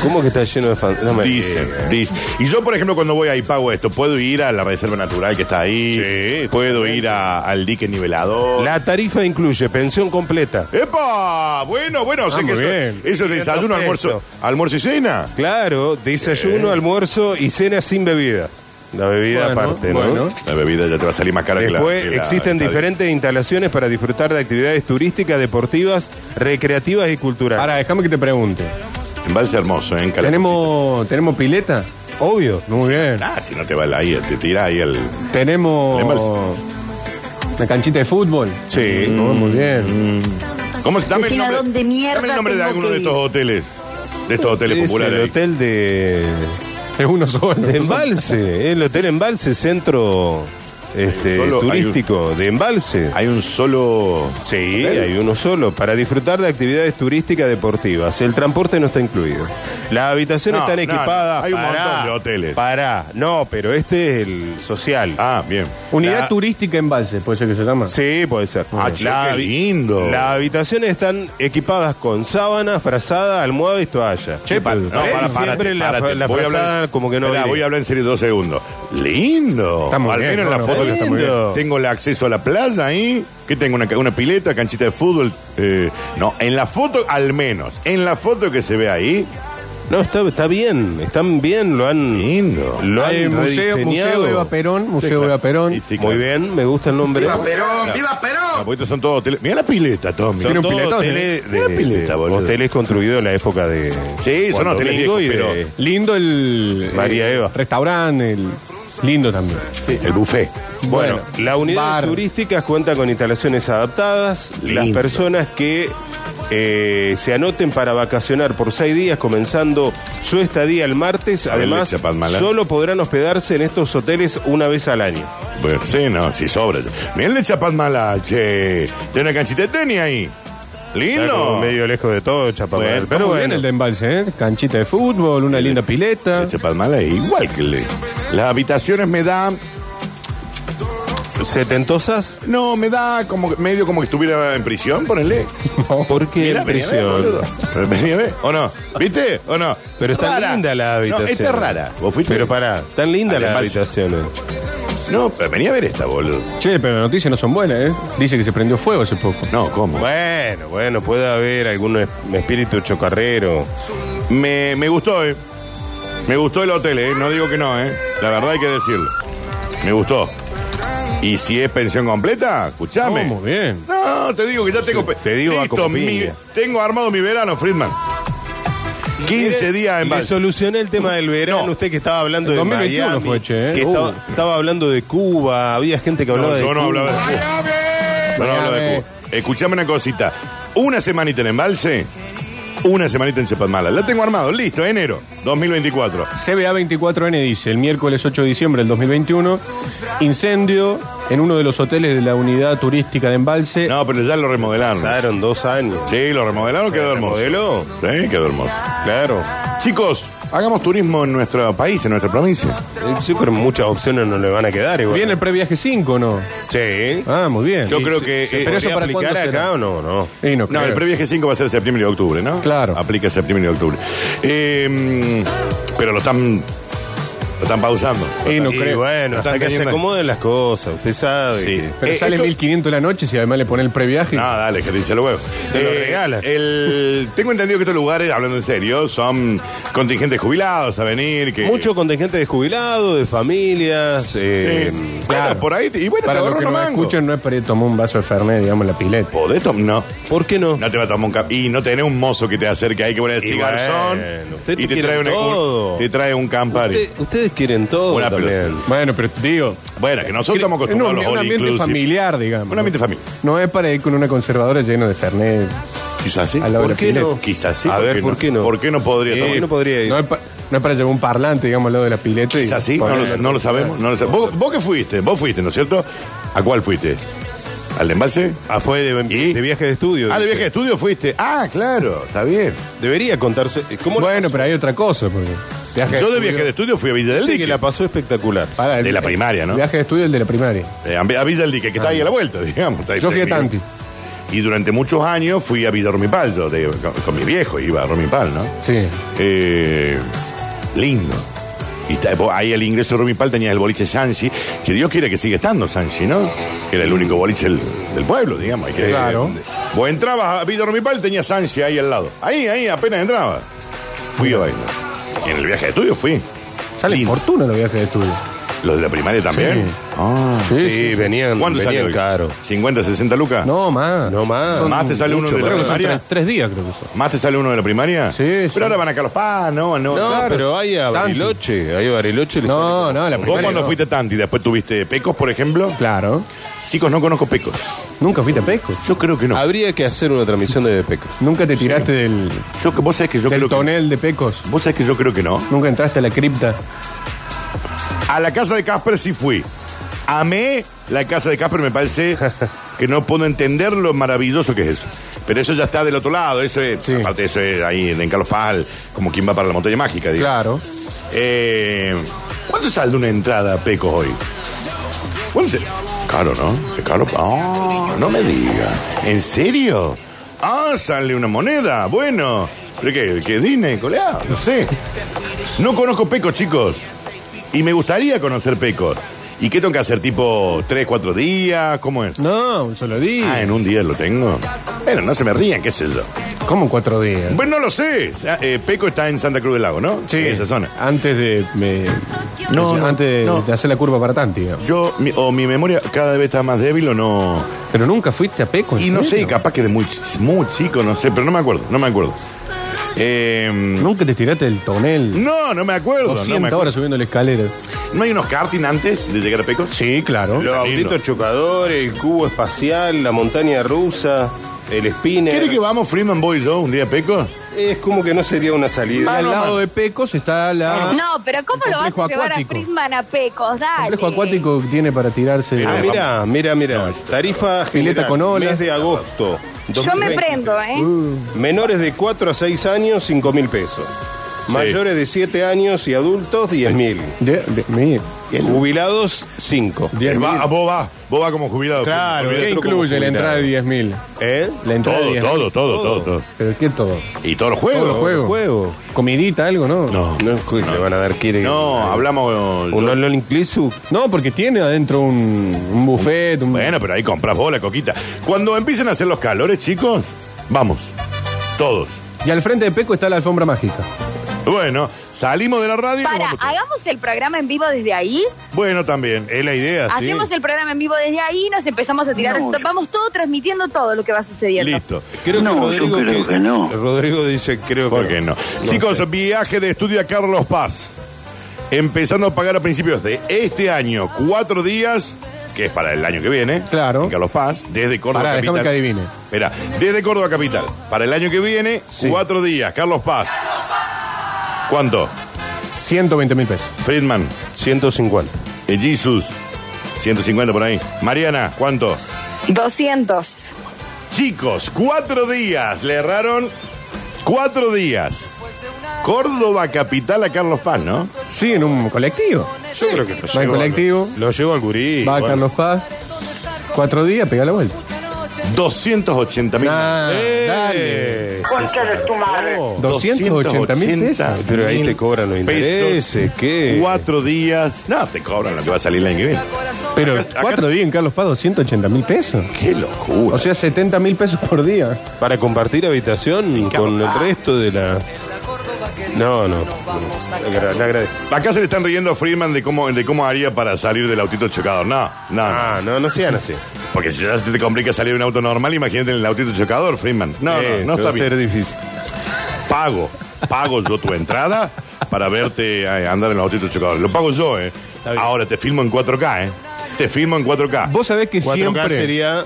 Speaker 3: ¿Cómo que está lleno de fan? no me-
Speaker 1: Dicen, dicen. Y yo, por ejemplo, cuando voy ahí pago esto. Puedo ir a la reserva natural que está ahí.
Speaker 3: Sí,
Speaker 1: Puedo ir a- al dique nivelador.
Speaker 3: La tarifa incluye pensión completa.
Speaker 1: ¡Epa! Bueno, bueno, sé
Speaker 2: Ah,
Speaker 1: que
Speaker 2: muy
Speaker 1: eso,
Speaker 2: bien.
Speaker 1: eso es
Speaker 3: 500
Speaker 1: desayuno, almuerzo,
Speaker 3: pesos.
Speaker 1: almuerzo y cena.
Speaker 3: Claro, desayuno, almuerzo y cena sin bebidas. La bebida
Speaker 2: Bueno,
Speaker 3: aparte, ¿no?
Speaker 2: bueno.
Speaker 1: La bebida ya te va a salir más cara
Speaker 3: Después
Speaker 1: que la. que la-
Speaker 3: existen
Speaker 1: la-
Speaker 3: diferentes instalaciones para disfrutar de actividades turísticas, deportivas, recreativas y culturales.
Speaker 2: Ahora, déjame que te pregunte.
Speaker 1: Embalse hermoso, ¿eh? En Calamuchita.
Speaker 2: ¿Tenemos, ¿Tenemos pileta?
Speaker 3: Obvio.
Speaker 2: Muy bien.
Speaker 1: Ah, si no te va el ahí, te tira ahí el.
Speaker 2: ¿Tenemos una canchita de fútbol?
Speaker 3: Sí.
Speaker 1: Mm.
Speaker 3: Mm.
Speaker 2: Oh, muy bien.
Speaker 1: ¿Cómo se dame el
Speaker 8: Cristina,
Speaker 1: nombre?
Speaker 8: ¿dónde mierda
Speaker 1: dame el nombre de
Speaker 8: tengo
Speaker 1: alguno
Speaker 8: que
Speaker 1: de estos
Speaker 8: ir?
Speaker 1: hoteles. De estos hoteles
Speaker 3: Es
Speaker 1: populares.
Speaker 3: el
Speaker 1: ahí.
Speaker 3: hotel de,
Speaker 2: Es uno solo.
Speaker 3: de Embalse, el hotel Embalse, centro este,
Speaker 1: Solo hay un-
Speaker 3: turístico de Embalse.
Speaker 1: Hay un solo.
Speaker 3: Sí, hay uno solo, para disfrutar de actividades turísticas deportivas. El transporte no está incluido. Las habitaciones
Speaker 1: No,
Speaker 3: están
Speaker 1: no,
Speaker 3: equipadas.
Speaker 1: no, hay un
Speaker 3: pará,
Speaker 1: montón de hoteles.
Speaker 3: Pará. No, pero este es el social.
Speaker 1: Ah, bien.
Speaker 2: Unidad
Speaker 3: La-
Speaker 2: turística en Valse, puede ser que se llama.
Speaker 3: Sí, puede ser.
Speaker 1: Ah, che, qué
Speaker 3: habi-
Speaker 1: lindo.
Speaker 3: Las habitaciones están equipadas con sábanas, frazada, almohada y toalla.
Speaker 1: Che, pa- no, para, para,
Speaker 3: eh, Siempre la-
Speaker 1: párate.
Speaker 3: la
Speaker 1: voy a
Speaker 3: frazada
Speaker 1: hablar,
Speaker 3: como que no
Speaker 1: Esperá,
Speaker 3: iría.
Speaker 1: voy a hablar en serio dos segundos. Lindo.
Speaker 2: Está muy
Speaker 1: Al
Speaker 2: bien,
Speaker 1: menos en la
Speaker 2: no,
Speaker 1: foto
Speaker 2: no,
Speaker 1: que está muy bien.
Speaker 3: lindo.
Speaker 1: Tengo el acceso a la playa ahí. Que tengo una, ca- una pileta, canchita de fútbol. eh, no, en la foto, al menos. En la foto que se ve ahí.
Speaker 3: No, está, está bien. Están bien, lo han.
Speaker 1: Lindo.
Speaker 3: Lo han
Speaker 2: Hay museo,
Speaker 3: rediseñado.
Speaker 2: museo Eva Perón, Museo
Speaker 1: claro.
Speaker 2: Eva Perón.
Speaker 1: Y sí,
Speaker 3: Muy
Speaker 1: claro.
Speaker 3: bien, me gusta el nombre.
Speaker 1: Claro. Ah, porque estos son todos hoteles. Mira la pileta, Tommy.
Speaker 3: Son
Speaker 2: un
Speaker 3: todos
Speaker 2: piletón,
Speaker 3: hoteles
Speaker 1: ¿eh?
Speaker 3: de-
Speaker 1: Una pileta,
Speaker 3: de-
Speaker 1: boludo.
Speaker 3: Hoteles construidos en la época de.
Speaker 1: Sí, son
Speaker 3: Juan
Speaker 1: hoteles
Speaker 3: Domingo
Speaker 1: viejos,
Speaker 3: y
Speaker 1: pero
Speaker 3: de-
Speaker 2: Lindo el
Speaker 3: María Eva.
Speaker 2: restaurante, el- lindo también.
Speaker 1: Sí, el buffet.
Speaker 3: Bueno, la unidad
Speaker 2: bar.
Speaker 3: turística cuenta con instalaciones adaptadas. Las
Speaker 1: Lindo.
Speaker 3: personas que eh, se anoten para vacacionar por seis días, comenzando su estadía el martes,
Speaker 1: ver,
Speaker 3: además,
Speaker 1: Lecha Palmala.
Speaker 3: solo podrán hospedarse en estos hoteles una vez al año.
Speaker 1: Bueno, sí, no, sí sobra. Miren le chapas mala, che. Tiene una canchita de tenis ahí.
Speaker 3: Está como
Speaker 1: Lindo.
Speaker 3: medio lejos de todo, Chapamala.
Speaker 1: Bueno,
Speaker 3: pero
Speaker 2: Muy bien
Speaker 3: bueno,
Speaker 2: el de Embalse, ¿eh? Canchita de fútbol, una linda pileta.
Speaker 3: Ah.
Speaker 1: Le chapas mala es igual que le. Las habitaciones me dan.
Speaker 3: setentosas.
Speaker 1: No, me da como que- medio como que estuviera en prisión, ponele.
Speaker 3: ¿Por qué
Speaker 1: Mirá,
Speaker 3: en
Speaker 1: vení a ver,
Speaker 3: prisión?
Speaker 1: boludo. Vení a ver, ¿O no? ¿Viste? ¿O no?
Speaker 3: Pero está
Speaker 1: Rara.
Speaker 3: linda la habitación.
Speaker 1: No, esta es rara. ¿Vos fuiste?
Speaker 3: Pero pará, tan linda eh.
Speaker 1: Al
Speaker 3: las
Speaker 1: embalse.
Speaker 3: habitaciones.
Speaker 1: No, pero venía a ver esta, boludo.
Speaker 2: Che, pero las noticias no son buenas, ¿eh? Dice que se prendió fuego hace poco.
Speaker 1: No, ¿cómo?
Speaker 3: Bueno, bueno, puede haber algún es- espíritu chocarrero.
Speaker 1: Me, me gustó, eh. Me gustó el hotel, eh. No digo que no, eh. La verdad hay que decirlo. Me gustó. Y si es pensión completa, escúchame.
Speaker 2: Oh, muy bien.
Speaker 1: No, te digo que ya tengo. pe-
Speaker 3: Te digo, va
Speaker 1: listo,
Speaker 3: como
Speaker 1: mi-
Speaker 3: piña.
Speaker 1: Tengo armado mi verano, Friedman. 15 días en
Speaker 3: Le
Speaker 1: base.
Speaker 3: solucioné el tema del verano.
Speaker 1: No.
Speaker 3: Usted que estaba hablando
Speaker 2: El
Speaker 3: de
Speaker 2: 2021
Speaker 3: Miami,
Speaker 2: fue, che, ¿eh?
Speaker 3: que
Speaker 2: Uh.
Speaker 3: estaba, estaba hablando de Cuba, había gente que hablaba
Speaker 1: No,
Speaker 3: de
Speaker 1: yo no
Speaker 3: Cuba.
Speaker 1: hablaba de Cuba. Yo no hablaba de
Speaker 2: Miami.
Speaker 1: Cuba. Escuchame una cosita. Una semanita en embalse, una semanita en Cepatmala. La tengo armado, listo, enero 2024.
Speaker 2: CBA 24N dice, el miércoles 8 de diciembre del 2021, incendio en uno de los hoteles de la unidad turística de Embalse.
Speaker 1: No, pero ya lo remodelaron.
Speaker 3: Pasaron dos años.
Speaker 1: Sí, lo remodelaron, quedó hermoso.
Speaker 3: ¿Modelo?
Speaker 1: Sí, quedó hermoso.
Speaker 3: Claro.
Speaker 1: Chicos, hagamos turismo en nuestro país, en nuestra provincia.
Speaker 3: Eh, Sí, pero muchas opciones no le van a quedar igual.
Speaker 2: ¿Viene el previaje 5 no?
Speaker 3: Sí.
Speaker 2: Ah, muy bien.
Speaker 1: Yo
Speaker 3: Sí,
Speaker 1: creo
Speaker 3: se-
Speaker 1: que,
Speaker 3: ¿Se
Speaker 1: eh,
Speaker 2: ¿pero eso
Speaker 3: podría
Speaker 2: para cuándo
Speaker 3: aplicar
Speaker 2: será?
Speaker 3: acá o no? No.
Speaker 2: Y no,
Speaker 1: No,
Speaker 2: creo.
Speaker 1: el previaje 5 va a ser septiembre y octubre, ¿no?
Speaker 2: Claro.
Speaker 1: Aplica septiembre y octubre. Eh, pero lo están, lo están pausando.
Speaker 2: Y no
Speaker 3: Y
Speaker 2: creo.
Speaker 1: No
Speaker 3: bueno,
Speaker 1: están
Speaker 3: hasta que se
Speaker 1: teniendo-
Speaker 3: acomoden las cosas, usted sabe.
Speaker 1: Sí.
Speaker 3: que-
Speaker 2: Pero
Speaker 1: Eh,
Speaker 2: sale
Speaker 1: esto-
Speaker 2: 1500 de la noche si además le pone el previaje.
Speaker 1: No, Ah, dale, que te dice el huevo. Eh,
Speaker 3: Te lo regala.
Speaker 1: el- tengo entendido que estos lugares, hablando en serio, son contingentes jubilados a venir. Que,
Speaker 3: Mucho contingente de jubilados, de familias. eh,
Speaker 1: Eh, claro, por ahí. te- Y bueno,
Speaker 2: Para
Speaker 1: te
Speaker 2: los
Speaker 1: agarra
Speaker 2: que
Speaker 1: una
Speaker 2: no
Speaker 1: mango.
Speaker 2: escuchan, no es para ir a tomar un vaso de Fernet, digamos, la pileta.
Speaker 1: ¿Podés tom- No.
Speaker 3: ¿Por qué no?
Speaker 1: No te va a tomar un café. Y no tenés un mozo que te acerque ahí que vos le decís
Speaker 3: Y
Speaker 1: garzón.
Speaker 3: bueno, usted
Speaker 1: y
Speaker 3: te
Speaker 1: te trae,
Speaker 3: quiere
Speaker 1: una-
Speaker 3: todo.
Speaker 1: un, te trae un campari.
Speaker 3: Usted- ustedes quieren todo
Speaker 1: Una
Speaker 3: también.
Speaker 2: Bueno, pero digo,
Speaker 1: Bueno, que nosotros estamos
Speaker 2: en un,
Speaker 1: acostumbrados a
Speaker 2: un
Speaker 1: los all
Speaker 2: ambiente
Speaker 1: inclusive.
Speaker 2: familiar, digamos.
Speaker 1: Un ambiente familiar.
Speaker 2: No es para ir con una conservadora lleno de Fernet.
Speaker 1: Quizás sí.
Speaker 2: A la hora
Speaker 1: ¿Por qué
Speaker 2: pileta.
Speaker 1: no? Quizás sí.
Speaker 3: A ver, ¿por qué no?
Speaker 1: ¿Por qué no podría
Speaker 3: Eh,
Speaker 1: tomar?
Speaker 3: no podría ir.
Speaker 2: No es, pa- no es para llevar un parlante, digamos, al lado de la pileta. y
Speaker 1: Quizás sí, no lo,
Speaker 2: ponerlo.
Speaker 1: no lo sabemos. No lo sab- ¿Vos, vos qué fuiste? ¿Vos fuiste, no es cierto? ¿A cuál fuiste? ¿Al de embalse?
Speaker 3: Ah, fue de,
Speaker 1: ¿Y?
Speaker 3: de viaje de estudio.
Speaker 1: Ah, de
Speaker 3: dice.
Speaker 1: viaje de estudio fuiste. Ah, claro, está bien.
Speaker 3: Debería contarse. eh, ¿Cómo
Speaker 2: Bueno, pero hay otra cosa. Porque viaje
Speaker 1: Yo de viaje de
Speaker 2: estudio-
Speaker 1: estudio fui a Villa del
Speaker 3: sí,
Speaker 1: Dique.
Speaker 3: que Ah, la pasó espectacular.
Speaker 2: Pará, el-
Speaker 1: de la
Speaker 2: el-
Speaker 1: primaria, ¿no?
Speaker 2: Viaje de estudio, el de la primaria.
Speaker 1: Eh, a Villa del Dique, que está ahí a la vuelta, digamos. está ahí
Speaker 2: Yo fui a
Speaker 1: tres
Speaker 2: Tanti.
Speaker 1: minutos. Y durante muchos años fui a Villa Romipal, yo de- con, con mi viejo iba a Romipal, ¿no?
Speaker 2: Sí.
Speaker 1: Eh, lindo. Y está- vos ahí al ingreso de Romipal tenías el boliche Sanchi, que Dios quiere que siga estando Sanchi, ¿no? Que era el único boliche del, del pueblo, digamos. hay que-
Speaker 2: Claro.
Speaker 1: Vos entrabas a Villa Romipal, tenías Sanchi ahí al lado. Ahí, ahí, apenas entraba. Fui a bailar. Y en el viaje de estudio fui.
Speaker 2: Sale
Speaker 1: Lindo.
Speaker 2: fortuna los viajes de estudio.
Speaker 1: ¿Los de la primaria también?
Speaker 2: Sí.
Speaker 1: Ah.
Speaker 2: Sí,
Speaker 3: Sí,
Speaker 2: sí.
Speaker 3: venían,
Speaker 1: ¿Cuánto
Speaker 3: venían
Speaker 1: salió?
Speaker 3: caro.
Speaker 1: 50, 60 lucas.
Speaker 2: No, más.
Speaker 3: No más.
Speaker 2: Son-
Speaker 1: Más te sale uno
Speaker 2: mucho,
Speaker 1: de la
Speaker 2: creo que son
Speaker 1: primaria.
Speaker 2: tres, tres días, creo que son.
Speaker 1: ¿Más te sale uno de la primaria?
Speaker 2: Sí,
Speaker 1: Pero
Speaker 2: sí.
Speaker 1: ahora van a Carlos Paz, no, no.
Speaker 3: No,
Speaker 2: Claro.
Speaker 3: pero hay a
Speaker 2: Tanto.
Speaker 3: Bariloche. Hay a Bariloche. le sale
Speaker 2: No, no,
Speaker 3: como-
Speaker 2: la
Speaker 1: Vos
Speaker 2: primaria.
Speaker 1: cuando
Speaker 2: no.
Speaker 1: fuiste a Tanti, después tuviste Pecos, por ejemplo.
Speaker 2: Claro.
Speaker 1: Chicos, no conozco Pecos.
Speaker 2: Nunca fuiste a Pesco.
Speaker 1: Yo creo que no.
Speaker 2: Ah,
Speaker 3: Habría que hacer una transmisión de Peco.
Speaker 2: Nunca te tiraste del,
Speaker 1: Yo, que- vos sabés que yo
Speaker 2: del
Speaker 1: creo que
Speaker 2: tonel de Pecos.
Speaker 1: Vos sabés que yo creo que no.
Speaker 2: Nunca entraste a la cripta.
Speaker 1: A la casa de Casper sí fui. Amé la casa de Casper, me parece que no puedo entender lo maravilloso que es eso. Pero eso ya está del otro lado, eso es,
Speaker 2: Sí.
Speaker 1: aparte eso es ahí en Carlos Paz, como quien va para la montaña mágica, digo.
Speaker 2: Claro.
Speaker 1: Eh, ¿Cuánto sale una entrada a Pecos hoy? ¿Cuánto se- Caro, ¿no? Es caro. Ah, no me diga. ¿En serio? Ah, sale una moneda. Bueno. ¿Pero qué? ¿Qué Disney, colega? No sé. No conozco Pecos, chicos. Y me gustaría conocer Pecos. ¿Y qué tengo que hacer? ¿Tipo tres, cuatro días? ¿Cómo es?
Speaker 2: No, un solo día.
Speaker 1: Ah, en un día lo tengo. Bueno, no se me rían, qué sé yo.
Speaker 2: ¿Cómo en cuatro días?
Speaker 1: Bueno, no lo sé. Eh, Peco está en Santa Cruz del Lago, ¿no? En esa zona.
Speaker 2: Antes de. me-
Speaker 1: No, no,
Speaker 2: antes de-
Speaker 1: no.
Speaker 2: de hacer la curva para Tanti. digamos.
Speaker 1: Yo, mi- o mi memoria cada vez está más débil o no.
Speaker 2: Pero nunca fuiste a Peco.
Speaker 1: Y
Speaker 2: ¿en
Speaker 1: no sé,
Speaker 2: serio?
Speaker 1: capaz que de muy, ch- muy chico, no sé, pero no me acuerdo, no me acuerdo. Eh,
Speaker 2: Nunca te tiraste del tonel.
Speaker 1: no, no me acuerdo. No,
Speaker 2: 200
Speaker 1: me
Speaker 2: horas
Speaker 1: acuerdo.
Speaker 2: subiendo la escalera.
Speaker 1: ¿No hay unos karting antes de llegar a Peco?
Speaker 2: Sí, claro.
Speaker 3: Los
Speaker 1: Está lindo.
Speaker 3: autitos chocadores, el cubo espacial, la montaña rusa, el
Speaker 1: ¿Quiere
Speaker 3: spinner.
Speaker 1: que vamos Freeman Boy y yo un día a Peco?
Speaker 3: Es como que no sería una
Speaker 2: Y
Speaker 3: salida.
Speaker 2: al
Speaker 1: Ah, no,
Speaker 2: lado
Speaker 1: man.
Speaker 2: de Pecos está la.
Speaker 5: No, pero ¿cómo
Speaker 2: Ah, El
Speaker 5: lo vas
Speaker 2: complejo
Speaker 5: a llevar
Speaker 2: acuático.
Speaker 5: a Friedman a Pecos? Dale.
Speaker 2: El complejo acuático que tiene para tirarse.
Speaker 3: Ah,
Speaker 1: Pero-
Speaker 3: mira, mira, mira. Tarifa
Speaker 2: Pileta
Speaker 3: general,
Speaker 2: con olas.
Speaker 3: mes de agosto.
Speaker 5: Yo me
Speaker 3: 2020.
Speaker 5: prendo, ¿eh?
Speaker 2: Uh.
Speaker 3: Menores de 4 a 6 años, 5 mil pesos.
Speaker 1: Sí.
Speaker 3: Mayores de 7 años y adultos, 10 mil.
Speaker 2: De- de- mira,
Speaker 3: Jubilados, 5.
Speaker 1: Eh,
Speaker 2: 10.000.
Speaker 1: va- vos vas, vos vas como jubilado.
Speaker 3: Claro,
Speaker 1: Jubilado.
Speaker 2: ¿Qué
Speaker 3: otro como
Speaker 2: incluye la
Speaker 3: jubilado.
Speaker 2: entrada de 10.000?
Speaker 1: ¿Eh?
Speaker 2: La entrada
Speaker 1: todo,
Speaker 2: de-
Speaker 1: todo, todo, todo, todo.
Speaker 2: ¿Pero qué todo?
Speaker 1: Y todos los juegos.
Speaker 2: ¿Todo juego?
Speaker 3: juego.
Speaker 2: ¿Comidita, algo, no?
Speaker 1: No,
Speaker 3: No, escucha, le van a dar quiere.
Speaker 1: no, hablamos.
Speaker 3: Un all inclusive.
Speaker 2: No, porque tiene adentro un, un buffet. un-
Speaker 1: Bueno, pero ahí compras vos la coquita. Cuando empiecen a hacer los calores, chicos, vamos. Todos.
Speaker 2: Y al frente de Peco está la alfombra mágica.
Speaker 1: Bueno, salimos de la radio. y nos
Speaker 5: Para,
Speaker 1: vamos todos.
Speaker 5: hagamos el programa en vivo desde ahí.
Speaker 1: Bueno, también, es la idea. sí.
Speaker 5: Hacemos el programa en vivo desde ahí, nos empezamos a tirar. Vamos todo transmitiendo todo lo que va sucediendo.
Speaker 1: Listo.
Speaker 3: Creo
Speaker 6: No,
Speaker 3: que
Speaker 6: yo
Speaker 3: Rodrigo
Speaker 6: creo que no.
Speaker 3: Rodrigo dice, creo
Speaker 1: ¿Por
Speaker 3: que
Speaker 1: qué no? Chicos, viaje de estudio a Carlos Paz. Empezando a pagar a principios de este año, cuatro días, que es para el año que viene.
Speaker 2: Claro.
Speaker 1: en Carlos Paz, desde Córdoba
Speaker 2: Pará,
Speaker 1: Capital.
Speaker 2: déjame que adivine.
Speaker 1: Espera, desde Córdoba Capital. Para el año que viene,
Speaker 2: Sí.
Speaker 1: cuatro días, Carlos Paz. ¿Cuánto?
Speaker 2: 120 mil pesos.
Speaker 1: Friedman.
Speaker 3: 150.
Speaker 1: Eh, Jesus, 150 por ahí. Mariana, ¿cuánto?
Speaker 5: 200.
Speaker 1: Chicos, cuatro días, le erraron cuatro días. Córdoba capital a Carlos Paz, ¿no?
Speaker 2: Sí, en un colectivo.
Speaker 3: Yo creo que lo
Speaker 2: Va en colectivo,
Speaker 3: Lo llevo al gurí.
Speaker 2: va a
Speaker 3: bueno.
Speaker 2: Carlos Paz. Cuatro días, pega la vuelta.
Speaker 1: 280 mil.
Speaker 2: Nah,
Speaker 3: ¡Eh!
Speaker 2: dale. 280 mil pesos.
Speaker 3: Pero ahí te cobran los intereses, ¿qué?
Speaker 1: Cuatro días. No, te cobran lo que va a salir el año que viene.
Speaker 2: Pero
Speaker 1: Acá- acá-
Speaker 2: cuatro días en Carlos Paz, 280 mil pesos.
Speaker 1: Qué locura.
Speaker 2: O sea, 70 mil pesos por día.
Speaker 3: Para compartir habitación con el resto de la... No, no. Le agra- le agradezco.
Speaker 1: Acá se le están riendo a Friedman de cómo, de cómo haría para salir del autito chocado. No, no, no.
Speaker 3: Ah, no, no sean así.
Speaker 1: Porque si ya se te complica salir de un auto normal, imagínate en el autito chocador, Friedman. No,
Speaker 3: Eh,
Speaker 1: no, no está
Speaker 3: va a
Speaker 1: bien.
Speaker 3: ser difícil.
Speaker 1: Pago, pago yo tu entrada para verte eh, andar en el autito chocador. Lo pago yo, ¿eh? Ahora te filmo en 4K, ¿eh? Te filmo en 4K.
Speaker 2: Vos sabés que
Speaker 3: 4K
Speaker 2: siempre.
Speaker 3: sería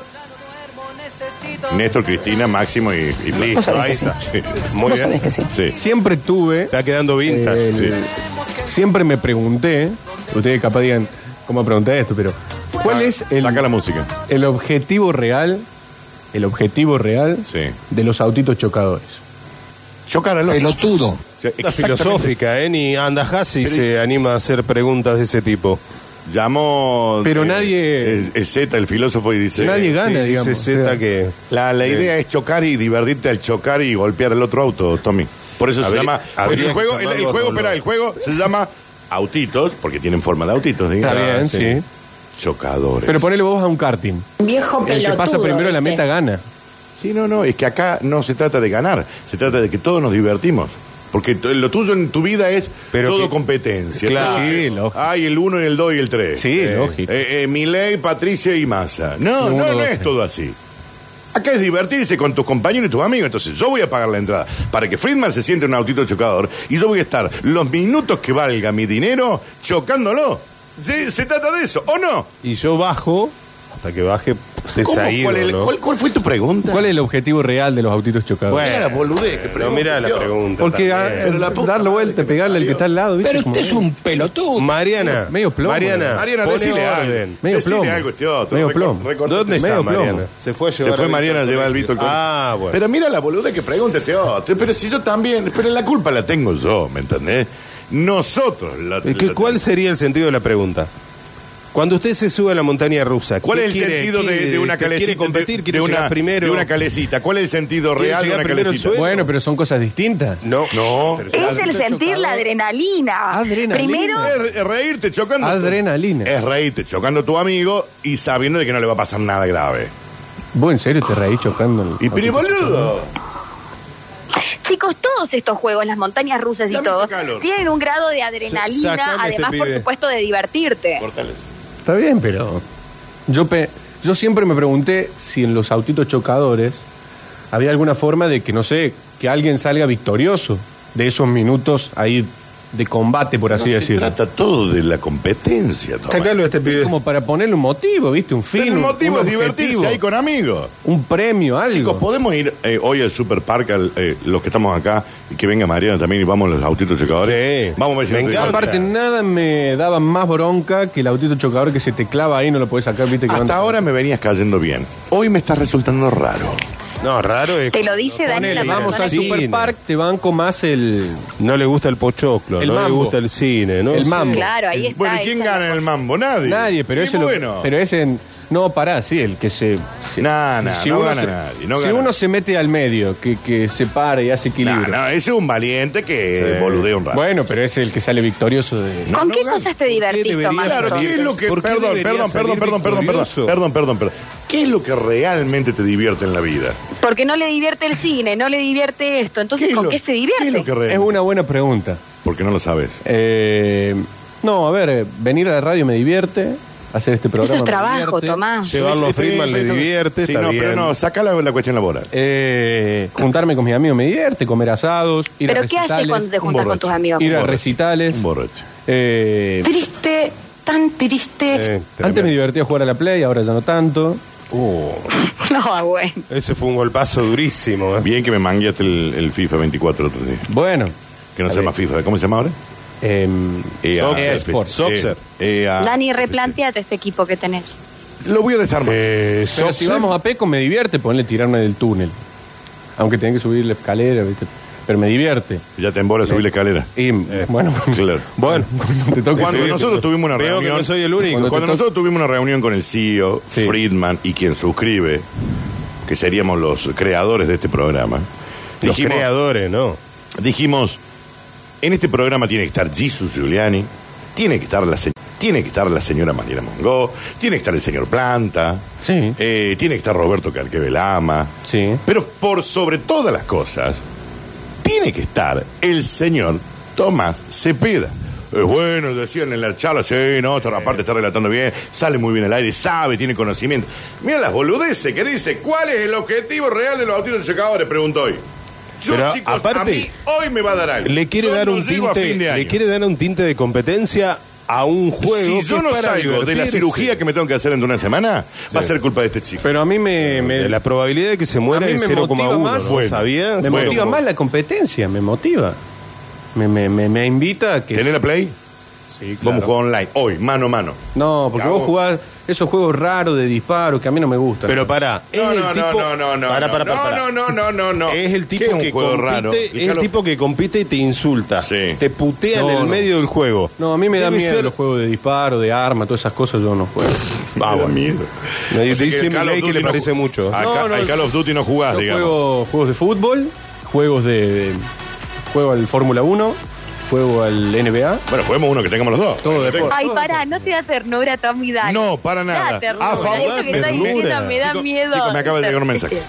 Speaker 1: Néstor, Cristina, Máximo y, y listo. Ahí está. Sí.
Speaker 3: muy bien.
Speaker 1: Sí.
Speaker 2: Siempre tuve.
Speaker 3: Está quedando vintage.
Speaker 2: el-
Speaker 1: sí.
Speaker 2: Siempre me pregunté. Ustedes capaz digan, ¿cómo pregunté esto? Pero. ¿Cuál
Speaker 1: Saca-
Speaker 2: es el,
Speaker 1: Saca la música.
Speaker 2: el objetivo real? El objetivo real
Speaker 1: Sí.
Speaker 2: de los autitos chocadores.
Speaker 1: Chocar al
Speaker 2: Pelotudo.
Speaker 3: Es filosófica, ¿eh? Ni Andajasi
Speaker 1: Pero-
Speaker 3: se anima a hacer preguntas de ese tipo.
Speaker 1: Llamó.
Speaker 2: Pero
Speaker 1: eh,
Speaker 2: nadie-
Speaker 1: Es, es Z, el filósofo, y dice.
Speaker 2: Nadie gana,
Speaker 3: Sí,
Speaker 2: digamos.
Speaker 3: Dice
Speaker 2: O
Speaker 3: Z
Speaker 2: sea,
Speaker 3: que...
Speaker 1: La, la idea es chocar y divertirte al chocar y golpear el otro auto, Tommy. Por eso se
Speaker 3: Habría-
Speaker 1: llama.
Speaker 3: habría
Speaker 1: El juego,
Speaker 3: que
Speaker 1: el, el
Speaker 3: llamarlo
Speaker 1: juego, espera,
Speaker 3: Rolón.
Speaker 1: el juego se llama autitos, porque tienen forma de autitos, Ah,
Speaker 2: Está
Speaker 1: digamos.
Speaker 2: bien, sí.
Speaker 1: Chocadores.
Speaker 2: Pero ponele vos a un karting.
Speaker 7: Viejo
Speaker 2: El que pasa primero la meta gana.
Speaker 1: Sí, no, no, es que acá no se trata de ganar, se trata de que todos nos divertimos. Porque t- lo tuyo en tu vida es
Speaker 3: Pero
Speaker 1: todo
Speaker 3: que-
Speaker 1: competencia.
Speaker 3: Claro.
Speaker 1: Todo-
Speaker 2: Sí, lógico.
Speaker 1: Hay el 1, el 2 y el 3.
Speaker 2: Sí, lógico.
Speaker 1: Eh, eh, Milei, Patricia y Massa. No, no,
Speaker 2: Uno,
Speaker 1: no
Speaker 2: dos,
Speaker 1: es
Speaker 2: tres.
Speaker 1: todo así. Acá es divertirse con tus compañeros y tus amigos. Entonces yo voy a pagar la entrada para que Friedman se siente en un autito chocador y yo voy a estar los minutos que valga mi dinero chocándolo. Se, se trata de eso, ¿o no?
Speaker 3: Y yo bajo, hasta que baje Te
Speaker 1: ¿Cómo?
Speaker 3: ha ido,
Speaker 1: ¿Cuál, es-
Speaker 3: ¿no?
Speaker 1: cuál- cuál fue tu pregunta?
Speaker 2: ¿Cuál es el objetivo real de los autitos chocados?
Speaker 3: Bueno,
Speaker 1: Mira la boludez que
Speaker 3: Pero mira la
Speaker 1: Dios.
Speaker 3: pregunta.
Speaker 2: Porque
Speaker 3: también.
Speaker 2: a-
Speaker 1: Pero la puta
Speaker 2: darle vuelta,
Speaker 1: madre que
Speaker 2: pegarle al
Speaker 1: parió.
Speaker 2: que está al lado. ¿viste?
Speaker 7: Pero
Speaker 2: Como-
Speaker 7: usted es un pelotudo.
Speaker 3: Mariana,
Speaker 2: Medio plomo,
Speaker 3: Mariana,
Speaker 1: Mariana,
Speaker 3: Ah, pone
Speaker 1: decile
Speaker 3: orden.
Speaker 1: algo.
Speaker 2: Medio
Speaker 1: Decile
Speaker 2: plomo.
Speaker 1: algo, este otro.
Speaker 2: Medio
Speaker 1: Recor-
Speaker 2: plomo.
Speaker 1: recortate.
Speaker 3: ¿Dónde está
Speaker 2: Medio plomo.
Speaker 3: Mariana? Se fue a
Speaker 1: Se
Speaker 3: llevar
Speaker 1: fue
Speaker 3: a
Speaker 1: Mariana a
Speaker 3: Víctor
Speaker 1: llevar al
Speaker 3: Colegio.
Speaker 1: Víctor Colegio.
Speaker 3: Ah, bueno.
Speaker 1: Pero mira la boluda que pregunta este otro. Pero si yo también. Pero la culpa la tengo yo, ¿me entendés? Nosotros la,
Speaker 3: Es que,
Speaker 1: la
Speaker 3: ¿Cuál
Speaker 1: tenemos.
Speaker 3: sería el sentido de la pregunta? Cuando usted se sube a la montaña rusa,
Speaker 1: ¿Cuál
Speaker 3: ¿qué
Speaker 1: es el
Speaker 3: quiere?
Speaker 1: sentido de,
Speaker 3: ¿Quiere-
Speaker 1: de una
Speaker 3: que
Speaker 1: calecita?
Speaker 3: ¿Quiere competir?
Speaker 1: de-
Speaker 3: ¿Quiere
Speaker 1: de una,
Speaker 3: llegar primero?
Speaker 1: de una calecita. ¿Cuál es el sentido
Speaker 3: ¿Quiere
Speaker 1: real de
Speaker 3: llegar
Speaker 1: una
Speaker 3: primero al
Speaker 1: calecita?
Speaker 3: suelo?
Speaker 2: Bueno, pero son cosas distintas.
Speaker 3: No.
Speaker 1: No.
Speaker 5: Es el sentir la adrenalina.
Speaker 2: Adrenalina.
Speaker 5: Primero,
Speaker 1: Es re- reírte chocando. tu-
Speaker 2: Adrenalina.
Speaker 1: Es reírte chocando a tu amigo y sabiendo de que no le va a pasar nada grave.
Speaker 2: Vos en serio te reís chocando. el-
Speaker 1: Y
Speaker 3: Ah,
Speaker 1: pero boludo.
Speaker 5: chicos, todos estos juegos, las montañas rusas y
Speaker 1: Dame
Speaker 5: todo,
Speaker 1: ese calor.
Speaker 5: tienen un grado de
Speaker 3: Sa- sacame
Speaker 5: adrenalina,
Speaker 3: este
Speaker 5: además, por
Speaker 3: pibe.
Speaker 5: supuesto, de divertirte.
Speaker 1: Cortales.
Speaker 2: Está bien, pero yo pe- yo siempre me pregunté si en los autitos chocadores había alguna forma de que no sé, que alguien salga victorioso de esos minutos ahí de combate, por así
Speaker 1: No se
Speaker 2: decirlo.
Speaker 1: trata todo de la competencia. Tomás.
Speaker 3: Sacalo a este
Speaker 2: Es
Speaker 3: pibe.
Speaker 2: como para ponerle un motivo, ¿viste? Un fin.
Speaker 1: Pero el
Speaker 2: un-
Speaker 1: motivo
Speaker 2: un
Speaker 1: es divertirse
Speaker 2: objetivo,
Speaker 1: ahí con amigos.
Speaker 2: Un premio, algo.
Speaker 1: Chicos, ¿podemos ir eh, hoy al Superpark, al, eh, los que estamos acá, y que venga Mariana también y vamos a los autitos chocadores?
Speaker 3: Sí.
Speaker 1: Vamos a ver si
Speaker 3: Me
Speaker 1: nos-
Speaker 3: encanta.
Speaker 2: Aparte, nada me daba más bronca que el autito chocador que se te clava ahí y no lo puedes sacar, ¿viste? Que van-
Speaker 1: Hasta ahora me venías cayendo bien. Hoy me estás resultando raro.
Speaker 3: No, raro es.
Speaker 5: Te lo dice Dani, la
Speaker 2: Ponele, vamos
Speaker 5: persona
Speaker 2: al
Speaker 3: Sí,
Speaker 5: que-
Speaker 2: Superpark, te banco más el,
Speaker 3: No le gusta el pochoclo,
Speaker 2: El
Speaker 3: no le
Speaker 2: mambo.
Speaker 3: gusta el cine, ¿no?
Speaker 2: el mambo.
Speaker 5: Claro, ahí está.
Speaker 1: Eh, bueno, ¿y quién
Speaker 5: esa es la
Speaker 1: gana en el mambo? Nadie.
Speaker 2: Nadie, pero
Speaker 1: Y
Speaker 2: ese
Speaker 1: bueno.
Speaker 2: lo, pero ese en- no pará, sí, el que se se-
Speaker 1: Nah, nah, no
Speaker 2: uno
Speaker 1: gana
Speaker 2: se-
Speaker 1: nadie, no
Speaker 2: si
Speaker 1: gana.
Speaker 2: uno se mete al medio, que, que se para y hace
Speaker 1: Nah,
Speaker 2: equilibrio.
Speaker 1: no, ese es un valiente que boludea un rato.
Speaker 2: Bueno, pero es el que sale victorioso de
Speaker 5: ¿Con
Speaker 1: No,
Speaker 5: qué
Speaker 1: no,
Speaker 5: cosas
Speaker 3: ¿Por
Speaker 5: te
Speaker 3: qué
Speaker 5: divertís,
Speaker 3: debería
Speaker 5: Tomás?
Speaker 1: Claro, ¿qué
Speaker 5: entonces?
Speaker 1: es lo que.
Speaker 3: ¿Por qué
Speaker 1: Perdón,
Speaker 3: debería
Speaker 1: perdón,
Speaker 3: salir
Speaker 1: perdón, perdón, perdón, perdón,
Speaker 3: victorioso?
Speaker 1: perdón, perdón, perdón. ¿Qué es lo que realmente te divierte en la vida?
Speaker 5: Porque no le divierte el cine, no le divierte esto. Entonces,
Speaker 1: es
Speaker 5: ¿con
Speaker 1: lo-
Speaker 5: qué se
Speaker 1: es
Speaker 5: divierte?
Speaker 1: lo que realmente-
Speaker 2: Es una buena pregunta.
Speaker 1: Porque no lo sabes.
Speaker 2: Eh, no, a ver, eh, venir a la radio me divierte, hacer este programa.
Speaker 5: Eso es
Speaker 2: me
Speaker 5: trabajo,
Speaker 2: divierte.
Speaker 5: Tomás.
Speaker 3: Llevarlo a Friedman le
Speaker 1: Sí,
Speaker 3: divierte,
Speaker 1: sí,
Speaker 3: está
Speaker 1: no,
Speaker 3: bien.
Speaker 1: pero no, saca la, la cuestión laboral.
Speaker 2: Eh, juntarme con mis amigos me divierte, comer asados, ir a
Speaker 5: ¿Pero qué
Speaker 2: recitales.
Speaker 5: haces cuando te
Speaker 1: un
Speaker 5: juntas con
Speaker 1: borracho.
Speaker 5: tus amigos?
Speaker 2: Ir a
Speaker 1: Borracho.
Speaker 2: recitales.
Speaker 1: Un borracho.
Speaker 2: Eh,
Speaker 8: Triste, tan triste.
Speaker 3: Eh,
Speaker 2: antes
Speaker 3: tremendo.
Speaker 2: me divertía jugar a la play, ahora ya no tanto.
Speaker 3: Oh,
Speaker 5: No, bueno.
Speaker 3: ese fue un golpazo durísimo. ¿eh?
Speaker 1: Bien que me mangueaste el, el FIFA 24 el otro día.
Speaker 2: Bueno,
Speaker 1: Que no se llama FIFA, ¿cómo se llama ahora? E
Speaker 2: em,
Speaker 3: Soccer.
Speaker 1: Esport.
Speaker 3: Soccer.
Speaker 1: Eh, EA.
Speaker 5: Dani, replanteate este equipo que tenés.
Speaker 1: Lo voy a desarmar.
Speaker 3: Eh,
Speaker 2: pero
Speaker 3: Sox-
Speaker 2: si vamos a Peco me divierte ponerle tirarme del túnel. Aunque tenga que subir la escalera, ¿viste? pero me divierte.
Speaker 1: Ya te embola
Speaker 3: Eh.
Speaker 1: subir la escalera.
Speaker 2: Y bueno,
Speaker 1: Claro.
Speaker 3: Bueno,
Speaker 2: te toca
Speaker 1: Cuando
Speaker 2: subir.
Speaker 1: nosotros tuvimos una
Speaker 3: Veo que
Speaker 1: reunión.
Speaker 3: no soy el único.
Speaker 1: Cuando,
Speaker 2: Cuando te
Speaker 1: nosotros tuvimos una reunión con el CEO,
Speaker 2: Sí.
Speaker 1: Friedman y quien suscribe, que seríamos los creadores de este programa,
Speaker 3: los
Speaker 1: dijimos,
Speaker 3: creadores, ¿no?
Speaker 1: dijimos, en este programa tiene que estar Jesus Giuliani, tiene que estar la se- tiene que estar la señora Mariana Mongó, tiene que estar el señor Planta,
Speaker 2: Sí.
Speaker 1: eh, tiene que estar Roberto Carquevelama,
Speaker 2: Sí.
Speaker 1: pero por sobre todas las cosas, tiene que estar el señor Tomás Cepeda. Es bueno, decían en la charla, sí, no, esta parte está relatando bien, sale muy bien al aire, sabe, tiene conocimiento. Mira las boludeces que dice, ¿cuál es el objetivo real de los autitos checadores? Pregunto hoy. Yo,
Speaker 3: Pero,
Speaker 1: chicos,
Speaker 3: aparte,
Speaker 1: a mí hoy me va a dar algo.
Speaker 3: Le quiere
Speaker 1: Yo
Speaker 3: dar
Speaker 1: no
Speaker 3: un
Speaker 1: llego a
Speaker 3: tinte,
Speaker 1: fin de año.
Speaker 3: le quiere dar un tinte de competencia a un juego.
Speaker 1: si
Speaker 3: que
Speaker 1: yo
Speaker 3: es
Speaker 1: no
Speaker 3: para
Speaker 1: salgo de la
Speaker 3: divertirse.
Speaker 1: cirugía que me tengo que hacer dentro de una semana, va a ser culpa de este chico.
Speaker 2: Pero a mí me, me-
Speaker 3: De la probabilidad de que se muera
Speaker 2: A mí
Speaker 3: es
Speaker 2: me
Speaker 3: 0,1.
Speaker 2: motiva más-
Speaker 3: ¿no?
Speaker 1: Bueno.
Speaker 3: ¿Sabías?
Speaker 2: me
Speaker 1: Bueno,
Speaker 2: motiva
Speaker 1: como-
Speaker 2: más la competencia, me motiva. Me, me, me, me invita a que...
Speaker 1: ¿Tenés la play?
Speaker 2: Sí, claro.
Speaker 1: Vamos a jugar online, hoy, mano a mano.
Speaker 2: No, porque
Speaker 1: Cagón.
Speaker 2: vos jugás esos juegos raros de disparo que a mí no me gustan.
Speaker 3: Pero pará, es
Speaker 1: No,
Speaker 3: el
Speaker 1: no,
Speaker 3: tipo.
Speaker 1: no, no, no,
Speaker 3: Pará,
Speaker 1: no.
Speaker 3: pará, pará,
Speaker 1: No,
Speaker 3: pará.
Speaker 1: no, no, no, no.
Speaker 3: Es el
Speaker 1: ¿Qué
Speaker 3: tipo
Speaker 1: es un
Speaker 3: que
Speaker 1: juego
Speaker 3: compite,
Speaker 1: raro?
Speaker 3: es el
Speaker 1: Fijalo-
Speaker 3: tipo que compite y te insulta.
Speaker 1: Sí.
Speaker 3: Te putea
Speaker 2: No,
Speaker 3: en el
Speaker 2: no.
Speaker 3: medio del juego.
Speaker 2: No, a mí me da
Speaker 3: Debe
Speaker 2: miedo
Speaker 3: ser-
Speaker 2: los juegos de disparo, de arma, todas esas cosas yo no juego.
Speaker 3: Ah, bueno. Nadie te dice
Speaker 1: Call of
Speaker 3: Milei que le
Speaker 1: Duty no
Speaker 3: parece
Speaker 1: ju-
Speaker 3: mucho.
Speaker 1: A,
Speaker 2: No,
Speaker 1: Ca-
Speaker 2: no,
Speaker 1: al Call of Duty no jugás,
Speaker 2: Yo
Speaker 1: Ah, digamos.
Speaker 2: juego juegos de fútbol, juegos de, de- juego al Fórmula 1, juego al NBA.
Speaker 1: Bueno, juguemos uno que tengamos los dos.
Speaker 2: Todo
Speaker 1: Que
Speaker 2: deporte.
Speaker 5: Ay, pará, no te da ternura, Tommy Dani.
Speaker 1: No, para nada.
Speaker 5: Da ternura.
Speaker 1: A favor,
Speaker 5: Eso que está
Speaker 1: ternura.
Speaker 5: diciendo me da
Speaker 1: Chico-
Speaker 5: miedo.
Speaker 1: chico, me acaba de llegar un mensaje.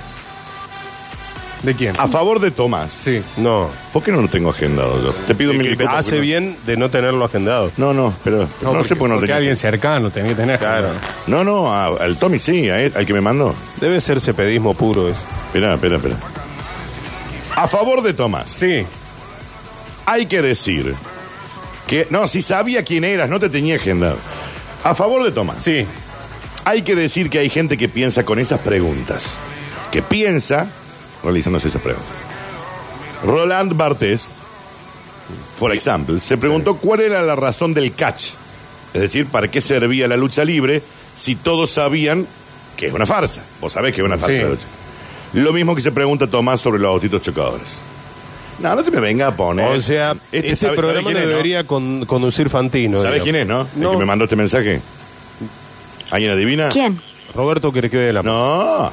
Speaker 2: ¿De quién?
Speaker 1: tenga- A favor de Tomás.
Speaker 2: Ah, Sí.
Speaker 3: No.
Speaker 1: ¿Por qué no lo tengo agendado yo? Te pido
Speaker 3: Es
Speaker 1: mil
Speaker 3: que
Speaker 1: disculpas
Speaker 3: hace
Speaker 1: porque no-
Speaker 3: bien de no tenerlo agendado.
Speaker 1: No, no, pero no, sé por qué no lo
Speaker 2: porque
Speaker 1: tenía.
Speaker 2: alguien cercano tenía que tener.
Speaker 3: Claro.
Speaker 1: No, no, a- al Tommy sí, a él- al que me mandó.
Speaker 3: Debe ser cepedismo puro eso.
Speaker 1: Espera, espera, espera. A favor de Tomás.
Speaker 2: Sí.
Speaker 1: hay que decir que no, si sabía quién eras, no te tenía agendado. A favor de Tomás.
Speaker 2: Sí.
Speaker 1: Hay que decir que hay gente que piensa con esas preguntas. Que piensa realizándose esas preguntas. Roland Barthes, por ejemplo, se preguntó cuál era la razón del catch. Es decir, ¿para qué servía la lucha libre si todos sabían que es una farsa? Vos sabés que es una farsa
Speaker 3: Sí.
Speaker 1: la lucha. Lo mismo que se pregunta Tomás sobre los autitos chocadores. No, no te me venga a poner.
Speaker 3: O sea,
Speaker 1: Este
Speaker 3: este
Speaker 1: sabe- sabe
Speaker 3: programa
Speaker 1: quién es,
Speaker 3: lo
Speaker 1: ¿no?
Speaker 3: debería con- conducir Fantino.
Speaker 1: ¿Sabés
Speaker 3: digamos.
Speaker 1: quién es, no?
Speaker 2: No.
Speaker 1: El que me mandó este mensaje. ¿Alguien adivina?
Speaker 5: ¿Quién?
Speaker 3: Roberto Querqueo de la Paz.
Speaker 1: No.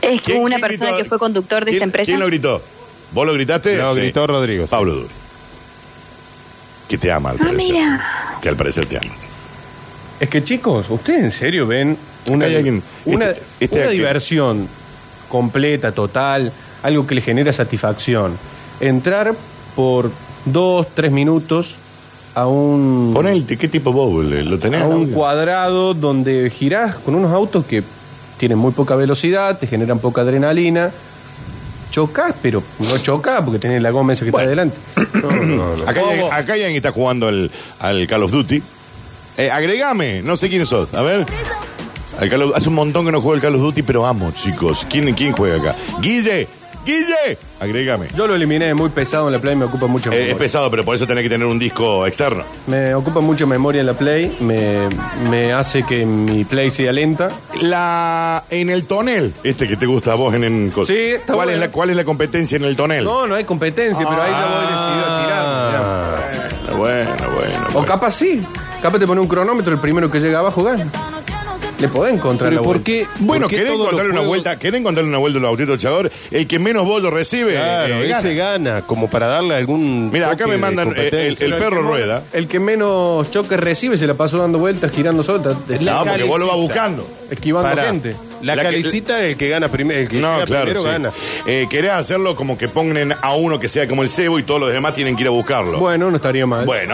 Speaker 5: ¿Es
Speaker 1: ¿Quién-
Speaker 5: una
Speaker 1: quién
Speaker 5: persona
Speaker 1: gritó?
Speaker 5: que fue conductor de esta
Speaker 1: ¿Quién-
Speaker 5: empresa?
Speaker 1: ¿Quién lo gritó? ¿Vos lo gritaste?
Speaker 3: Lo
Speaker 1: Sí.
Speaker 3: gritó Rodrigo. sí.
Speaker 1: Pablo Duro. Que te ama, al
Speaker 5: Ah,
Speaker 1: parecer.
Speaker 5: mira.
Speaker 1: Que al parecer te ama.
Speaker 2: Es que chicos, ¿ustedes en serio ven una,
Speaker 1: Hay alguien-
Speaker 2: una,
Speaker 1: este- este
Speaker 2: una
Speaker 1: aquí.
Speaker 2: diversión completa, total, algo que le genera satisfacción? Entrar por dos, tres minutos a un,
Speaker 1: Ponete, ¿qué tipo bobo? le- ¿Lo tenés?
Speaker 2: a un
Speaker 1: Claudio?
Speaker 2: cuadrado donde girás con unos autos que tienen muy poca velocidad, te generan poca adrenalina. Chocás, pero no chocás porque tenés la goma esa que
Speaker 1: Bueno.
Speaker 2: está adelante. No, no, no.
Speaker 1: Acá hay,
Speaker 2: ¿Cómo?
Speaker 1: acá hay alguien que está jugando al, al Call of Duty. Eh, agregame, no sé quién sos. A ver. Al Call of- hace un montón que no juego al Call of Duty, pero amo, chicos. ¿Quién, quién juega acá? Guille, Guille, agregame.
Speaker 2: Yo lo eliminé, es muy pesado en la play, me ocupa mucho
Speaker 1: Eh, es pesado, pero por eso tenés que tener un disco externo.
Speaker 2: Me ocupa mucho memoria en la Play, me, me hace que mi Play sea lenta.
Speaker 1: La en el tonel, este que te gusta a vos en, en cosas.
Speaker 2: Sí, está
Speaker 1: ¿Cuál
Speaker 2: bueno.
Speaker 1: es la cuál es la competencia en el tonel?
Speaker 2: No, no hay competencia, pero ahí ya voy decidido a tirar.
Speaker 1: Bueno, bueno.
Speaker 2: O
Speaker 1: bueno.
Speaker 2: capaz sí, capaz te pone un cronómetro, el primero que llega abajo gana. Le podés encontrar
Speaker 3: Pero
Speaker 2: la
Speaker 3: ¿por
Speaker 2: vuelta.
Speaker 3: qué?
Speaker 1: Bueno,
Speaker 3: por qué
Speaker 1: ¿querés
Speaker 3: todos los
Speaker 1: encontrarle una
Speaker 3: juegos-
Speaker 1: vuelta, ¿querés encontrarle una vuelta a los autitos chocadores? El que menos bollo recibe.
Speaker 3: Claro,
Speaker 1: eh, gana.
Speaker 3: ese gana, como para darle algún.
Speaker 1: Mira, acá
Speaker 3: toque
Speaker 1: me
Speaker 3: de
Speaker 1: mandan eh, el,
Speaker 3: competencia.
Speaker 1: el perro rueda.
Speaker 2: El que menos choques recibe se la pasó dando vueltas, girando sota,
Speaker 1: No, porque vos lo vas
Speaker 3: calecita.
Speaker 1: buscando.
Speaker 2: esquivando
Speaker 3: Pará,
Speaker 2: gente.
Speaker 3: La,
Speaker 1: La que-
Speaker 3: calicita es el que gana primero. El que
Speaker 1: No,
Speaker 3: llega
Speaker 1: claro,
Speaker 3: primero
Speaker 1: sí.
Speaker 3: gana.
Speaker 1: Eh, querés hacerlo como que pongan a uno que sea como el cebo y todos los demás tienen que ir a buscarlo. Bueno,
Speaker 2: Bueno, no estaría mal.
Speaker 1: eh,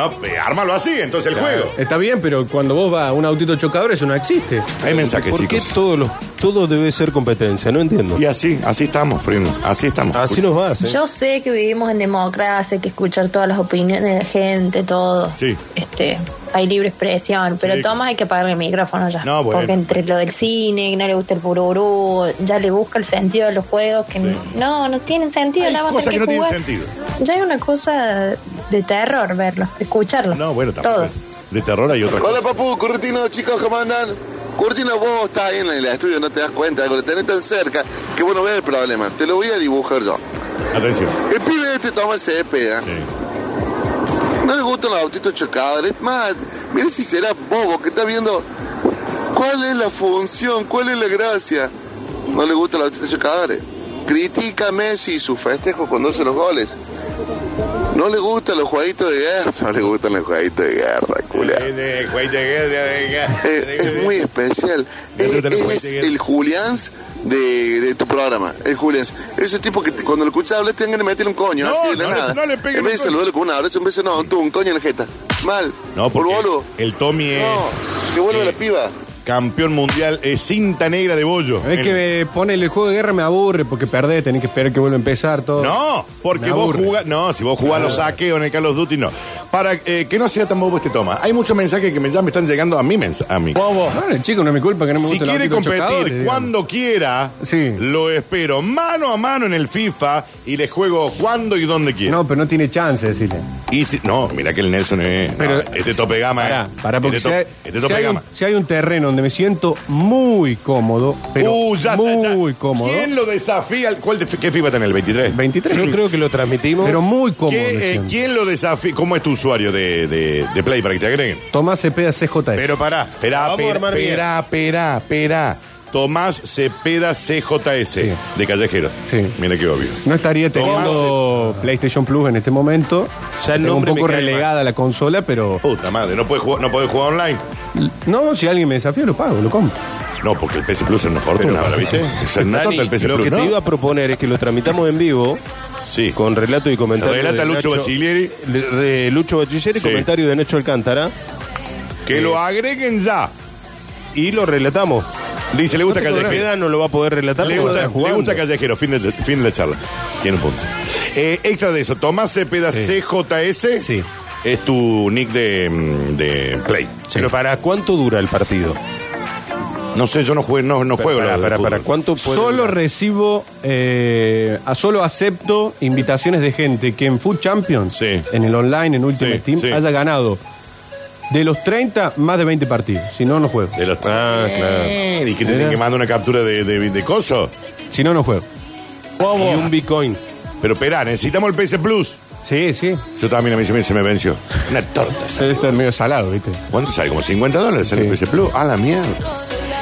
Speaker 1: ármalo así, entonces el juego.
Speaker 2: Está bien, pero cuando vos vas a un autito chocador, eso no existe.
Speaker 1: Hay mensajes,
Speaker 3: ¿Por
Speaker 1: chicos.
Speaker 3: qué todos los, todo debe ser competencia? No entiendo.
Speaker 1: Y así, así estamos, Frin. Así estamos.
Speaker 3: Así nos vas. ¿eh?
Speaker 7: Yo sé que vivimos en democracia, hay que escuchar todas las opiniones de la gente, todo.
Speaker 1: Sí.
Speaker 7: Este, hay libre expresión, pero
Speaker 1: Sí.
Speaker 7: Tomás hay que apagar el micrófono ya.
Speaker 1: No, bueno.
Speaker 7: Porque entre lo del cine, que no le gusta el pururú, ya le busca el sentido de los juegos que no, no tienen sentido,
Speaker 1: Hay
Speaker 7: nada más
Speaker 1: cosas
Speaker 7: hay
Speaker 1: que no tienen
Speaker 7: jugar.
Speaker 1: sentido.
Speaker 7: Ya hay una cosa de terror verlo, escucharlo.
Speaker 1: No, bueno, tampoco.
Speaker 7: Todo.
Speaker 1: De terror hay otra
Speaker 9: Hola
Speaker 1: cosa.
Speaker 9: papu, Curtino, chicos, ¿cómo andan? Curtino, vos estás ahí en el estudio, no te das cuenta, lo tenés tan cerca que vos no ves el problema. Te lo voy a dibujar yo.
Speaker 1: Atención.
Speaker 9: El pibe este toma ese pega.
Speaker 1: Sí.
Speaker 9: No le gustan los autitos chocadores. Más, mira si será bobo que está viendo cuál es la función, cuál es la gracia. No le gustan los autitos chocadores. Critica a Messi y sus festejos cuando hace los goles. No le gustan los jueguitos de guerra. No le gustan los jueguitos de guerra, culiao.
Speaker 1: Eh, de- juez de guerra, de guerra, de
Speaker 9: Eh, es
Speaker 1: guerra.
Speaker 9: muy especial.
Speaker 1: Me
Speaker 9: Eh,
Speaker 1: tratan de
Speaker 9: es
Speaker 1: juguete,
Speaker 9: el Julians de, de tu programa. El Julians. Ese tipo que te- cuando lo escuchas hablar te dan ganas de meterle un coño.
Speaker 1: No,
Speaker 9: así de la
Speaker 1: no le-
Speaker 9: nada.
Speaker 1: no le peguen
Speaker 9: En vez
Speaker 1: un
Speaker 9: de
Speaker 1: coño.
Speaker 9: saludarlo con un abrazo, un beso, no, tú, un coño en la jeta. Mal.
Speaker 1: No,
Speaker 9: por
Speaker 1: porque
Speaker 9: boludo.
Speaker 1: el Tommy es
Speaker 9: No, que vuelva
Speaker 1: eh,
Speaker 9: la piba.
Speaker 1: campeón mundial, es cinta negra de bollo.
Speaker 2: Es
Speaker 1: El-
Speaker 2: que pone el juego de guerra me aburre porque perdés, tenés que esperar que vuelva a empezar todo.
Speaker 1: No, porque
Speaker 2: Me
Speaker 1: vos
Speaker 2: aburre. Ah.
Speaker 1: jugás. No, si vos jugás los saqueos en el Call of Duty, no. Para eh, que no sea tan bobo este toma. Hay muchos mensajes que me, ya me están llegando a mí. mens- A mí.
Speaker 2: Bueno, chico, no es mi culpa que no me
Speaker 1: Si
Speaker 2: guste
Speaker 1: quiere competir cuando quiera,
Speaker 2: Sí.
Speaker 1: lo espero mano a mano en el FIFA y le juego cuando y donde quiera.
Speaker 2: No, pero no tiene chance de decirle.
Speaker 1: Y si- no, mira que el Nelson es. no,
Speaker 2: Pero-
Speaker 1: este tope gama.
Speaker 2: Pará,
Speaker 1: eh.
Speaker 2: pará, porque
Speaker 1: este,
Speaker 2: si,
Speaker 1: to-
Speaker 2: hay,
Speaker 1: este
Speaker 2: si
Speaker 1: tope
Speaker 2: hay un,
Speaker 1: gama.
Speaker 2: si hay un terreno donde me siento muy cómodo, pero
Speaker 1: Uh, ya está, ya.
Speaker 2: muy cómodo,
Speaker 1: ¿Quién lo desafía? ¿Cuál de- ¿Qué FIFA está en el 23?
Speaker 2: 23,
Speaker 3: Yo creo que lo transmitimos.
Speaker 2: pero muy cómodo.
Speaker 1: ¿Qué,
Speaker 2: me
Speaker 1: eh,
Speaker 2: siento.
Speaker 1: ¿Quién lo desafía? ¿Cómo es tu usuario de, de- de Play para que te agreguen?
Speaker 2: Tomás Cepeda CJS.
Speaker 3: Pero pará. la
Speaker 1: Esperá,
Speaker 3: vamos a
Speaker 1: esperá,
Speaker 3: armar bien.
Speaker 1: esperá, esperá, esperá. Tomás Cepeda CJS,
Speaker 2: Sí.
Speaker 1: de Callejeros.
Speaker 2: Sí.
Speaker 1: Mira qué obvio.
Speaker 2: no estaría teniendo PlayStation Plus en este momento.
Speaker 3: Ya el
Speaker 2: Tengo un
Speaker 3: nombre
Speaker 2: poco
Speaker 3: me cae
Speaker 2: relegada la consola, pero
Speaker 1: Puta madre, ¿no podés jugar, no podés jugar online?
Speaker 2: no, si alguien me desafía lo pago, lo compro.
Speaker 1: No, porque el PC Plus es una fortuna,
Speaker 2: Pero-
Speaker 1: ahora, ¿viste? Es una
Speaker 3: Dani,
Speaker 1: torta el PC
Speaker 3: lo
Speaker 1: Plus,
Speaker 3: que
Speaker 1: ¿no?
Speaker 3: te iba a proponer es que lo tramitamos en vivo
Speaker 1: Sí.
Speaker 3: con relato y comentario.
Speaker 1: Relata
Speaker 3: de
Speaker 1: Lucho
Speaker 3: Nacho-
Speaker 1: Bachilleri.
Speaker 3: Le- de Lucho Bachilleri,
Speaker 1: Sí.
Speaker 3: comentario de Nacho Alcántara.
Speaker 1: Que lo agreguen ya.
Speaker 3: Y lo relatamos.
Speaker 1: Dice, le gusta
Speaker 3: No te podrás-
Speaker 1: Callejero.
Speaker 3: Eda no lo va a poder relatar.
Speaker 1: Le
Speaker 3: porque
Speaker 1: gusta,
Speaker 3: va a estar
Speaker 1: le gusta
Speaker 3: jugando.
Speaker 1: Callejero, fin de, fin de la charla. Tiene un punto. Eh, extra de eso, Tomás Cepeda CJS
Speaker 2: Sí.
Speaker 1: es tu nick de, mm, de Play.
Speaker 3: Pero para cuánto dura el partido?
Speaker 1: No sé, yo no juego, no, no juego.
Speaker 3: Para,
Speaker 1: los de
Speaker 3: para, para,
Speaker 1: fútbol.
Speaker 3: ¿cuánto puede
Speaker 2: Solo
Speaker 3: durar?
Speaker 2: recibo, eh, a- solo acepto invitaciones de gente que en Food Champions,
Speaker 1: Sí.
Speaker 2: en el online, en Ultimate
Speaker 1: Sí,
Speaker 2: Team,
Speaker 1: sí.
Speaker 2: haya ganado de los 30 más de 20 partidos. Si no, no juego.
Speaker 1: De los-
Speaker 3: Ah, claro.
Speaker 1: Eh, y que te tienen que mandar una captura de, de, de coso.
Speaker 2: Si no, no juego.
Speaker 3: Y un bitcoin.
Speaker 1: Pero espera, necesitamos el PS Plus.
Speaker 2: Sí, sí.
Speaker 1: Yo también a mí se me, se me venció. Una torta. ¿sabes?
Speaker 2: Este es medio salado, ¿viste?
Speaker 1: ¿Cuánto sale? Como 50 dólares sale el
Speaker 2: Sí.
Speaker 1: PS Plus. A la mierda.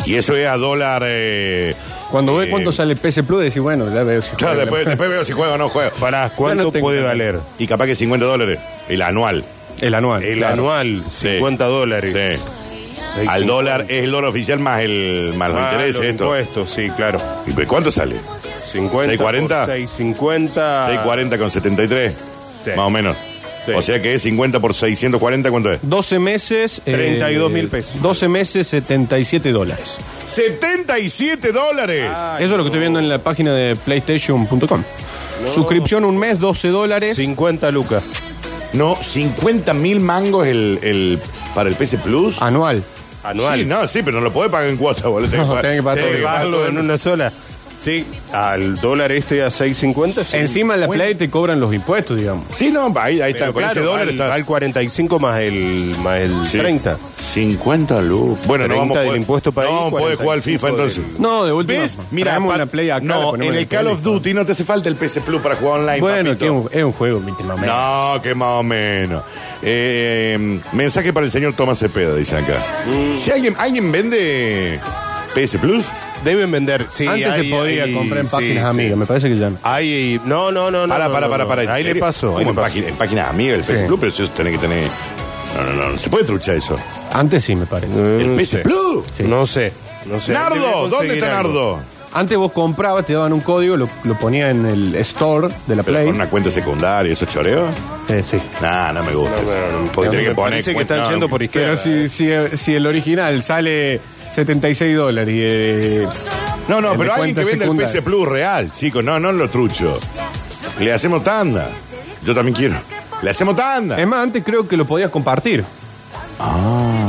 Speaker 1: Y eso es a dólar. eh,
Speaker 2: Cuando ve
Speaker 1: eh,
Speaker 2: cuánto sale el PS Plus, decís, bueno, ya veo. si
Speaker 1: Claro,
Speaker 2: juega.
Speaker 1: después, después veo si juego o no juego.
Speaker 3: Pará,
Speaker 2: Ya
Speaker 3: ¿cuánto
Speaker 2: no tengo
Speaker 3: puede
Speaker 2: nada.
Speaker 3: valer?
Speaker 1: Y capaz que 50 dólares. El anual.
Speaker 2: El anual.
Speaker 3: El
Speaker 2: claro.
Speaker 3: anual,
Speaker 1: Sí.
Speaker 3: 50 dólares.
Speaker 1: Sí.
Speaker 3: Seis,
Speaker 1: Al
Speaker 3: cinco.
Speaker 1: dólar es el dólar oficial más el más los
Speaker 3: Ah,
Speaker 1: intereses,
Speaker 3: los
Speaker 1: esto.
Speaker 3: impuestos, sí, claro.
Speaker 1: ¿Y pues cuánto sale?
Speaker 3: 50
Speaker 1: ¿6.40?
Speaker 3: 640.
Speaker 1: 640 con 73.
Speaker 3: Ah. Sí.
Speaker 1: Más o menos.
Speaker 3: Sí.
Speaker 1: O sea que es 50 por 640, ¿cuánto es?
Speaker 2: 12 meses.
Speaker 3: 32 mil pesos.
Speaker 2: 12 meses, 77 dólares.
Speaker 1: 77 dólares.
Speaker 2: Eso es lo que estoy viendo en la página de PlayStation.com. Suscripción un mes, 12 dólares.
Speaker 3: 50 lucas.
Speaker 1: No, 50 mil mangos el, el- para el PS Plus.
Speaker 3: Ah,
Speaker 2: Anual.
Speaker 1: Sí, no, sí, pero no lo podés pagar en cuota, boludo.
Speaker 2: No, tenés que pagar todo.
Speaker 1: tenés que pagar todo
Speaker 3: Pagarlo en una sola. Sí, al dólar este a 6.50. sí.
Speaker 2: Encima en la
Speaker 3: Bueno,
Speaker 2: Play te cobran los impuestos, digamos.
Speaker 1: Sí, no, ahí, ahí está,
Speaker 3: pero
Speaker 1: con
Speaker 3: claro,
Speaker 1: ese dólar
Speaker 3: al,
Speaker 1: está.
Speaker 3: al 45 más el, más el
Speaker 1: Sí.
Speaker 3: 30.
Speaker 1: 50 luz. Bueno, no
Speaker 3: 30
Speaker 1: vamos a
Speaker 3: del
Speaker 1: poder-
Speaker 3: impuesto para
Speaker 1: No
Speaker 3: ahí,
Speaker 1: vamos a poder jugar al FIFA
Speaker 3: 45
Speaker 1: entonces.
Speaker 2: No, de última.
Speaker 1: ¿Ves? Mira,
Speaker 2: traemos
Speaker 1: pa-
Speaker 2: una Play acá, la
Speaker 1: no,
Speaker 2: ponemos
Speaker 1: en el
Speaker 2: la
Speaker 1: Call
Speaker 2: tele.
Speaker 1: of Duty no te hace falta el PS Plus para jugar online.
Speaker 2: Bueno,
Speaker 1: papito.
Speaker 2: que es un, es un juego, viste, más o menos.
Speaker 1: No, que más o menos. Eh, mensaje para el señor Tomás Cepeda, dice acá. Si alguien, alguien vende PS Plus,
Speaker 3: Deben vender. Sí,
Speaker 2: Antes
Speaker 3: hay-
Speaker 2: se podía
Speaker 3: hay-
Speaker 2: comprar en
Speaker 3: sí,
Speaker 2: páginas
Speaker 3: sí.
Speaker 2: amigas, me parece que ya no.
Speaker 3: Ahí, no, no, no, no.
Speaker 1: para,
Speaker 3: no,
Speaker 1: para,
Speaker 3: no,
Speaker 1: para,
Speaker 3: no.
Speaker 1: para.
Speaker 3: Ahí
Speaker 1: ¿En
Speaker 3: le
Speaker 1: serio?
Speaker 3: pasó.
Speaker 1: ¿Cómo
Speaker 3: ahí
Speaker 1: en,
Speaker 3: le pasó.
Speaker 1: página, en páginas amigas del PS Plus, pero eso tenés que tener. No, no, no, no se puede truchar eso.
Speaker 2: Antes sí, me parece.
Speaker 1: El
Speaker 3: Eh, No
Speaker 1: PS
Speaker 3: sé.
Speaker 1: Plus.
Speaker 3: No sé. No sé. Ahí debe
Speaker 1: Nardo, ¿dónde
Speaker 3: conseguir
Speaker 1: está
Speaker 3: algo.
Speaker 1: Nardo?
Speaker 2: Antes vos comprabas, te daban un código, lo, lo ponía en el store de la
Speaker 1: Pero
Speaker 2: Play.
Speaker 1: con una cuenta secundaria, ¿eso es choreo?
Speaker 2: Eh, sí.
Speaker 1: Nah, no me gusta. Porque
Speaker 3: Me
Speaker 1: tenés que poner
Speaker 3: parece que
Speaker 1: cuenta-
Speaker 3: están yendo por
Speaker 2: Pero
Speaker 3: izquierda.
Speaker 2: si, si, si el original sale 76 dólares y. eh,
Speaker 1: No, no,
Speaker 2: en
Speaker 1: pero
Speaker 2: mi
Speaker 1: alguien que vende
Speaker 2: cuenta secundaria.
Speaker 1: el PS Plus real, chicos, no, no lo trucho. Le hacemos tanda. Yo también quiero. Le hacemos tanda.
Speaker 2: Es más, antes creo que lo podías compartir.
Speaker 1: Ah.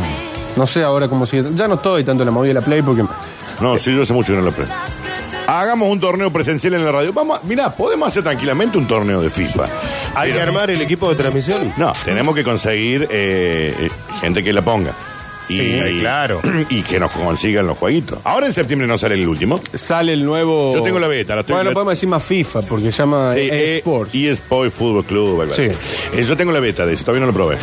Speaker 2: No sé ahora cómo sigue. Ya no estoy tanto en la movida de la Play porque.
Speaker 1: No, sí, yo hace mucho que no lo prendo. Hagamos un torneo presencial en la radio. Vamos, a- mirá, podemos hacer tranquilamente un torneo de FIFA.
Speaker 3: Hay que
Speaker 1: Pero-
Speaker 3: armar el equipo de transmisión.
Speaker 1: No, tenemos que conseguir eh, eh, gente que la ponga. Y,
Speaker 3: Sí, claro.
Speaker 1: Y que nos consigan los jueguitos. Ahora en septiembre no sale el último.
Speaker 2: Sale el nuevo.
Speaker 1: Yo tengo la beta, la estoy-
Speaker 2: Bueno,
Speaker 1: la-
Speaker 2: podemos decir más FIFA porque se llama
Speaker 1: Sí, eh,
Speaker 2: eSports.
Speaker 1: eSport Fútbol Club. algo
Speaker 2: Sí.
Speaker 1: así. Eh, yo tengo la beta de eso, todavía no lo probé.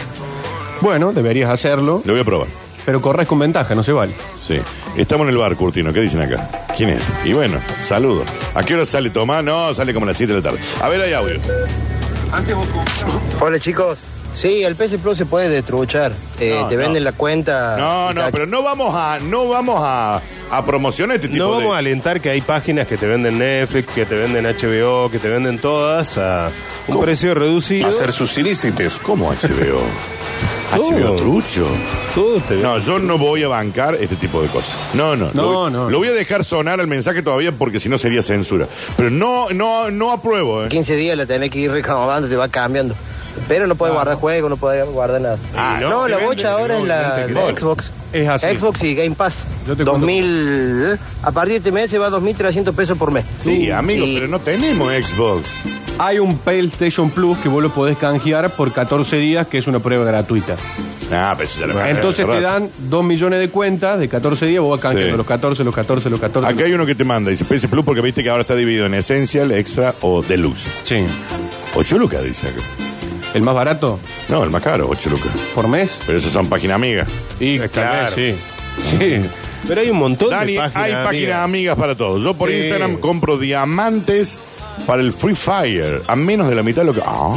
Speaker 2: Bueno, deberías hacerlo,
Speaker 1: Lo voy a probar.
Speaker 2: pero corres con ventaja, no se vale.
Speaker 1: Sí. Estamos en el bar, Curtino. ¿Qué dicen acá? ¿Quién es? Y bueno, saludos. ¿A qué hora sale Tomás? No, sale como a las 7 de la tarde. A ver, hay audio.
Speaker 10: Hola chicos. Sí, el PS Plus se puede destruchar. Eh,
Speaker 1: No,
Speaker 10: te
Speaker 1: no.
Speaker 10: venden la cuenta.
Speaker 1: No,
Speaker 10: y
Speaker 1: no,
Speaker 10: cada-
Speaker 1: pero no vamos a, no vamos a, a promocionar este tipo
Speaker 3: No vamos a
Speaker 1: de.
Speaker 3: alentar que hay páginas que te venden Netflix, que te venden HBO, que te venden todas a un precio reducido.
Speaker 1: hacer sus ilícites. ¿Cómo HBO?
Speaker 3: Todo.
Speaker 1: HBO Trucho.
Speaker 3: Todo te
Speaker 1: No, yo no voy a bancar este tipo de cosas. No, no.
Speaker 2: No,
Speaker 1: lo voy,
Speaker 2: no.
Speaker 1: Lo voy a dejar sonar al mensaje todavía porque si no sería censura. Pero no, no, no apruebo, ¿eh?
Speaker 10: 15 días la tenés que ir recaudando, te va cambiando. Pero no puedes guardar juegos, no puedes guardar nada.
Speaker 3: Ah,
Speaker 10: no,
Speaker 3: no,
Speaker 10: la
Speaker 3: que
Speaker 10: bocha
Speaker 3: venden,
Speaker 10: ahora
Speaker 3: no,
Speaker 10: es la,
Speaker 3: venden,
Speaker 10: la
Speaker 1: que no.
Speaker 10: Xbox.
Speaker 2: Es así.
Speaker 10: Xbox y Game Pass.
Speaker 2: Yo te cuento-
Speaker 10: 2000, a partir de este mes se va a 2.300 pesos por mes.
Speaker 1: Sí, amigo,
Speaker 10: Y-
Speaker 1: pero no tenemos Xbox.
Speaker 2: Hay un PlayStation Plus que vos lo podés canjear por 14 días, que es una prueba gratuita.
Speaker 1: Ah, pero eso ya lo-
Speaker 2: Entonces
Speaker 1: hace rato.
Speaker 2: te dan 2 millones de cuentas de 14 días, vos vas canjeando
Speaker 1: Sí.
Speaker 2: los 14, los 14, los 14.
Speaker 1: Acá hay uno que te manda, dice PS Plus, porque viste que ahora está dividido en Essential, Extra o Deluxe.
Speaker 2: Sí.
Speaker 1: 8 lucas, dice acá.
Speaker 2: El más barato
Speaker 1: No, el más caro, 8 lucas.
Speaker 2: por mes.
Speaker 1: Pero eso son páginas amigas.
Speaker 2: Y
Speaker 3: Eh,
Speaker 2: claro.
Speaker 3: claro.
Speaker 2: sí. Sí.
Speaker 3: Pero hay un montón
Speaker 1: Dani,
Speaker 3: de páginas.
Speaker 1: hay páginas
Speaker 3: amigas.
Speaker 1: amigas para todos. Yo por
Speaker 3: Sí.
Speaker 1: Instagram compro diamantes para el Free Fire. A menos de la mitad de lo que. Ah.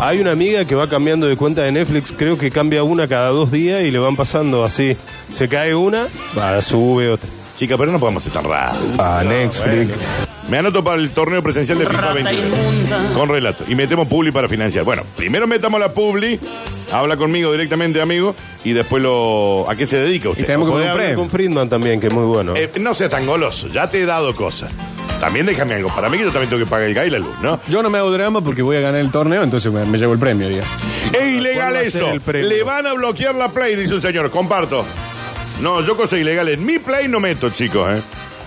Speaker 3: Hay una amiga que va cambiando de cuenta de Netflix, creo que cambia una cada dos días y le van pasando así. Se cae una, va, sube otra.
Speaker 1: Chica, pero no podemos ser tan raros.
Speaker 3: A Ah, Netflix.
Speaker 1: Me anoto para el torneo presencial de FIFA 23. Con relato. Y metemos Publi para financiar. Bueno, primero metamos la Publi. Habla conmigo directamente, amigo. Y después lo. ¿A qué se dedica usted?
Speaker 2: Y tenemos que
Speaker 3: Podés
Speaker 2: comprar.
Speaker 3: hablar con Friedman también, que es muy bueno.
Speaker 1: Eh, no seas tan goloso. Ya te he dado cosas. También déjame algo. Para mí que yo también tengo que pagar el gas y la luz, ¿no?
Speaker 2: Yo no me hago drama porque voy a ganar el torneo, entonces me, me llevo el premio, diga.
Speaker 1: Es ilegal
Speaker 3: ¿Cuál va a ser
Speaker 1: eso.
Speaker 3: el premio?
Speaker 1: Le van a bloquear la play, dice un señor. Comparto. No, yo cosas ilegales. En mi play no meto, chicos, ¿eh?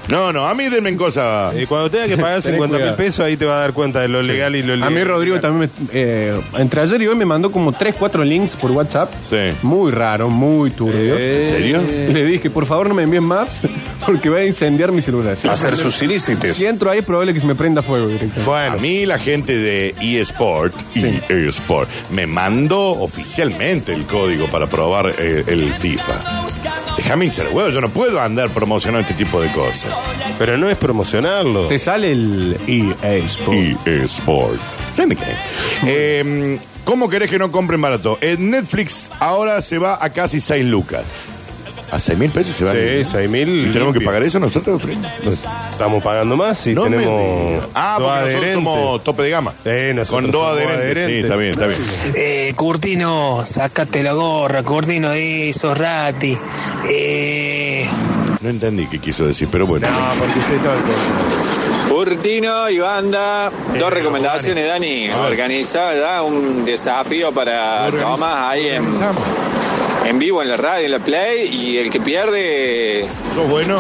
Speaker 1: No, no, a mí denme en cosas.
Speaker 3: Eh, Y cuando tenga que pagar
Speaker 2: Tenés
Speaker 3: 50 mil
Speaker 2: cuidado.
Speaker 3: pesos, ahí te va a dar cuenta de lo legal y
Speaker 1: Ah,
Speaker 3: lo
Speaker 2: A
Speaker 3: ilegal.
Speaker 2: mí Rodrigo también, me- eh, entre ayer y hoy me mandó como 3, 4 links por WhatsApp.
Speaker 1: Sí. Eh.
Speaker 2: Muy raro, muy turbio.
Speaker 1: ¿En serio?
Speaker 2: Le dije, por favor no me envíen más porque va a incendiar mi celular.
Speaker 3: Hacer sus ilícites.
Speaker 2: Si entro ahí es probable que se me prenda fuego directamente.
Speaker 1: A mí la gente de eSport, eSport, me mandó oficialmente el código para probar eh, el FIFA. Déjame hinchar, huevo, yo no puedo andar promocionando este tipo de cosas.
Speaker 3: Pero no es promocionarlo.
Speaker 2: Te sale el EA
Speaker 3: Oh.
Speaker 2: Sport.
Speaker 1: E eSport. ¿Entiendes qué? Eh, ¿Cómo querés que no compren barato? En Netflix ahora se va a casi 6 lucas. ¿A 6 mil pesos se va?
Speaker 3: Sí, 6 mil.
Speaker 1: ¿Y tenemos que pagar eso nosotros?
Speaker 3: Estamos pagando más y
Speaker 1: No me
Speaker 3: tenemos.
Speaker 1: digas. Ah,
Speaker 3: dos
Speaker 1: porque nosotros
Speaker 3: adherentes.
Speaker 1: somos tope de gama.
Speaker 3: Eh, nosotros
Speaker 1: Con dos
Speaker 3: somos
Speaker 1: adherentes. Sí,
Speaker 3: adherentes.
Speaker 1: está bien, está bien.
Speaker 11: Eh, Curtino, sacate la gorra, Curtino, eh, sos rati. Eh.
Speaker 1: No entendí qué quiso decir, pero bueno.
Speaker 3: No, porque usted sabe todo.
Speaker 12: Urtino y banda, dos recomendaciones, Dani. Organiza da un desafío para Tomás ahí en, en vivo en la radio, en la play, y el que pierde.
Speaker 1: bueno?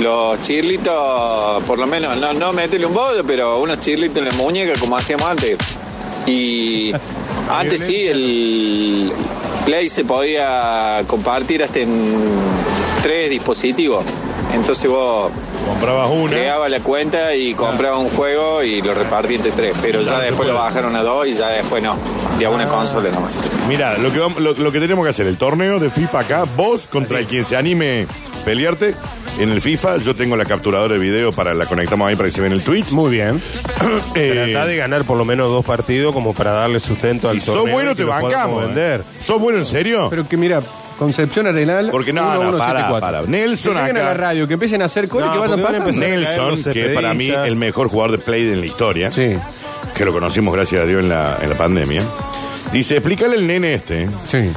Speaker 12: Los chirlitos, por lo menos, no, no metele un bollo, pero unos chirlitos en la muñeca como hacíamos antes. Y antes sí, el play se podía compartir hasta en tres dispositivos. Entonces vos
Speaker 1: Comprabas una.
Speaker 12: Creaba la cuenta y compraba un juego y lo repartía entre tres. Pero ya después lo bajaron a dos y ya después no. De a una consola nomás.
Speaker 1: Mira, lo que, vam- lo, lo que tenemos que hacer, el torneo de FIFA acá, vos contra el quien se anime pelearte en el FIFA, yo tengo la capturadora de video para la conectamos ahí para que se vea en el Twitch.
Speaker 2: Muy bien.
Speaker 3: Tratá de ganar por lo menos dos partidos como para darle sustento al
Speaker 1: Eh. Si sos
Speaker 3: torneo.
Speaker 1: bueno
Speaker 3: y
Speaker 1: te
Speaker 3: que lo podamos
Speaker 1: bancamos.
Speaker 3: vender.
Speaker 1: ¿eh? ¿Sos bueno en serio?
Speaker 2: Pero que mira, Concepción Arenal.
Speaker 1: Porque no, no, para, para. Nelson
Speaker 2: que lleguen
Speaker 1: acá.
Speaker 2: a la radio, que empiecen a hacer cosas
Speaker 3: No,
Speaker 2: que vayan
Speaker 3: porque van a
Speaker 2: pasando.
Speaker 3: empezar a caer
Speaker 1: Nelson,
Speaker 3: los
Speaker 1: que para mí
Speaker 3: cepedistas.
Speaker 1: el mejor jugador de Play en la historia,
Speaker 2: Sí,
Speaker 1: que lo conocimos gracias a Dios en la, en la pandemia, dice, explícale al nene este
Speaker 2: sí.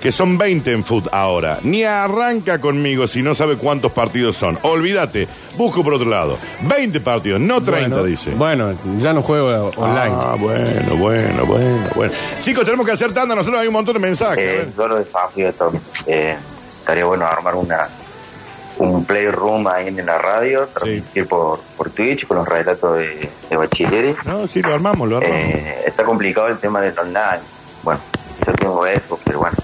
Speaker 1: que son 20 en foot ahora. Ni arranca conmigo si no sabe cuántos partidos son. Olvídate, busco por otro lado. 20 partidos, no 30,
Speaker 2: Bueno,
Speaker 1: dice.
Speaker 2: Bueno, ya no juego eh, online.
Speaker 1: Ah, bueno, bueno, bueno, bueno. Chicos, tenemos que hacer tanda, nosotros hay un montón de mensajes. A ver.
Speaker 13: yo lo desafío esto. Eh, estaría bueno armar una un playroom ahí en la radio, transmitir por, por Twitch con los relatos de, de bachilleres.
Speaker 1: No, sí, lo armamos, lo armamos.
Speaker 13: Eh, está complicado el tema del online. Bueno, yo tengo eso, pero bueno.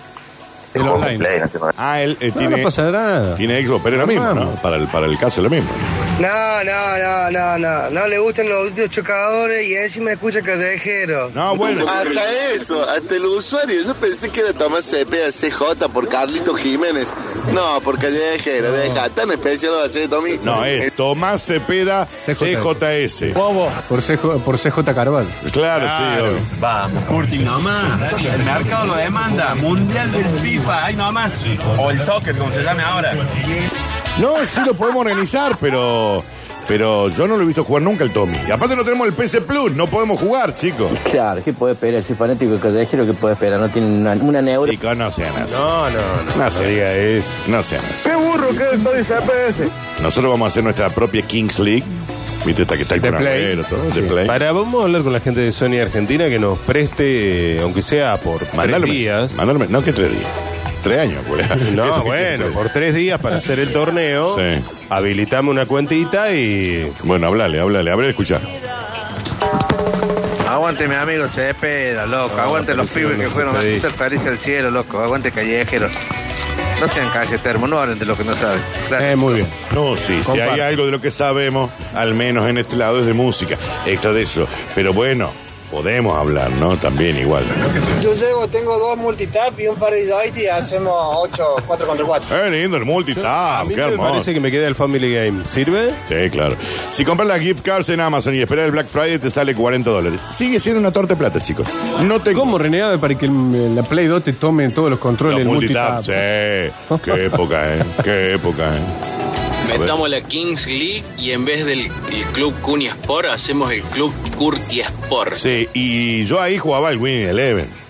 Speaker 2: El
Speaker 13: Juego
Speaker 2: online.
Speaker 13: Play, no tengo-
Speaker 1: Ah, él eh,
Speaker 2: No,
Speaker 1: tiene,
Speaker 2: no pasa nada.
Speaker 1: tiene Xbox, pero es lo mismo, ¿no?
Speaker 2: Armamos.
Speaker 1: Para el, para el caso es lo mismo.
Speaker 11: No, no, no, no, no. No le gustan los autos chocadores y encima escucha callejero.
Speaker 1: No, bueno.
Speaker 9: Hasta eso, hasta el usuario. Yo pensé que era Tomás Cepeda CJ por Carlito Jiménez. No, por Callejero, deja. Tan especial va a ser, Tommy.
Speaker 1: No, es Tomás Cepeda CJS.
Speaker 2: Por CJ, por CJ Carval.
Speaker 1: Claro, sí, obvio.
Speaker 14: Vamos, Curti nomás. El mercado lo demanda. Mundial del FIFA, ahí nomás. O el soccer, como se llame ahora.
Speaker 1: No, sí lo podemos organizar, pero. Pero yo no lo he visto jugar nunca el Tommy. Y aparte no tenemos el PC Plus, no podemos jugar, chicos.
Speaker 10: Claro, ¿qué puede esperar? Si fanático callejero, ¿qué puede esperar? No tiene una, una neura.
Speaker 1: Chicos, no sean así.
Speaker 3: No, no, no.
Speaker 1: No sean
Speaker 3: diga
Speaker 1: así.
Speaker 3: eso.
Speaker 1: No sean así.
Speaker 11: ¡Qué burro que es Tony CPS!
Speaker 1: Nosotros vamos a hacer nuestra propia Kings League. Viste, esta que está el
Speaker 2: De Play.
Speaker 1: Cunagüero, todo, de Play.
Speaker 3: Para, vamos a hablar con la gente de Sony Argentina que nos preste, eh, aunque sea por
Speaker 1: Mandalo pues.
Speaker 3: tres
Speaker 1: mes-
Speaker 3: días.
Speaker 1: mandalo mes- No, que tres días. Tres años, güey. Eso
Speaker 3: No,
Speaker 1: que
Speaker 3: bueno,
Speaker 1: tres
Speaker 3: por tres días para hacer el torneo.
Speaker 1: Sí.
Speaker 3: Habilitame una cuentita y.
Speaker 1: días. Bueno, hablale, hablale. A ver, escuchá.
Speaker 15: Aguante mi amigo Cepeda, loco. Aguante los pibes que fueron a hacer feliz al cielo, loco. Aguante callejeros. No sean calle termo, no hablen de lo que no saben.
Speaker 2: Eh, muy bien.
Speaker 1: No, sí, si
Speaker 2: Comparte.
Speaker 1: hay algo de lo que sabemos, al menos en este lado es de música, extra de eso. Pero bueno, podemos hablar, ¿no? También igual.
Speaker 11: Yo llego, tengo dos multitap y un par de joystick y hacemos 8, 4 contra 4.
Speaker 1: Eh, lindo el
Speaker 3: A
Speaker 1: multitap,
Speaker 3: mí
Speaker 1: qué
Speaker 3: me
Speaker 1: hermoso.
Speaker 3: parece que me queda el Family Game. ¿Sirve?
Speaker 1: Sí, claro. Si compras las gift cards en Amazon y esperas el Black Friday, te sale 40 dólares. Sigue siendo una torta de plata, chicos. No te
Speaker 2: ¿Cómo renegado para que el- la Play 2 te tome todos los controles
Speaker 1: Los eh.
Speaker 2: del
Speaker 1: multitap,
Speaker 2: multitap?
Speaker 1: sí. Qué época, ¿eh? Qué época, ¿eh? A ver.
Speaker 16: Metamos la Kings League y en vez del el club Cuni Sport hacemos el club Curti Sport.
Speaker 1: Sí, y yo ahí jugaba el Winning Eleven.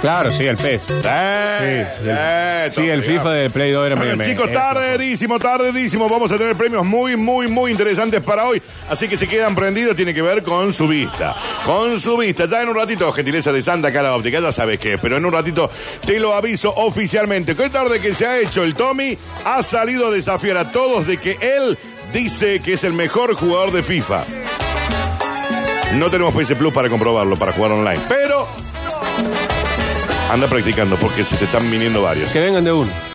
Speaker 2: Claro, sí, el PES. sí, el, sí, el FIFA de Play 2 era medio
Speaker 1: Bueno,
Speaker 2: medio.
Speaker 1: chicos, tardedísimo, tardedísimo. Vamos a tener premios muy, muy, muy interesantes para hoy. Así que se quedan prendidos. Tiene que ver con su vista. Con su vista. Ya en un ratito, gentileza de Santa Cara Óptica, ya sabes qué. es, Pero en un ratito te lo aviso oficialmente. Qué tarde que se ha hecho. El Tommy ha salido a desafiar a todos de que él dice que es el mejor jugador de FIFA. No tenemos PS Plus para comprobarlo, para jugar online. Pero anda practicando porque se te están viniendo varios.
Speaker 2: Que vengan de uno.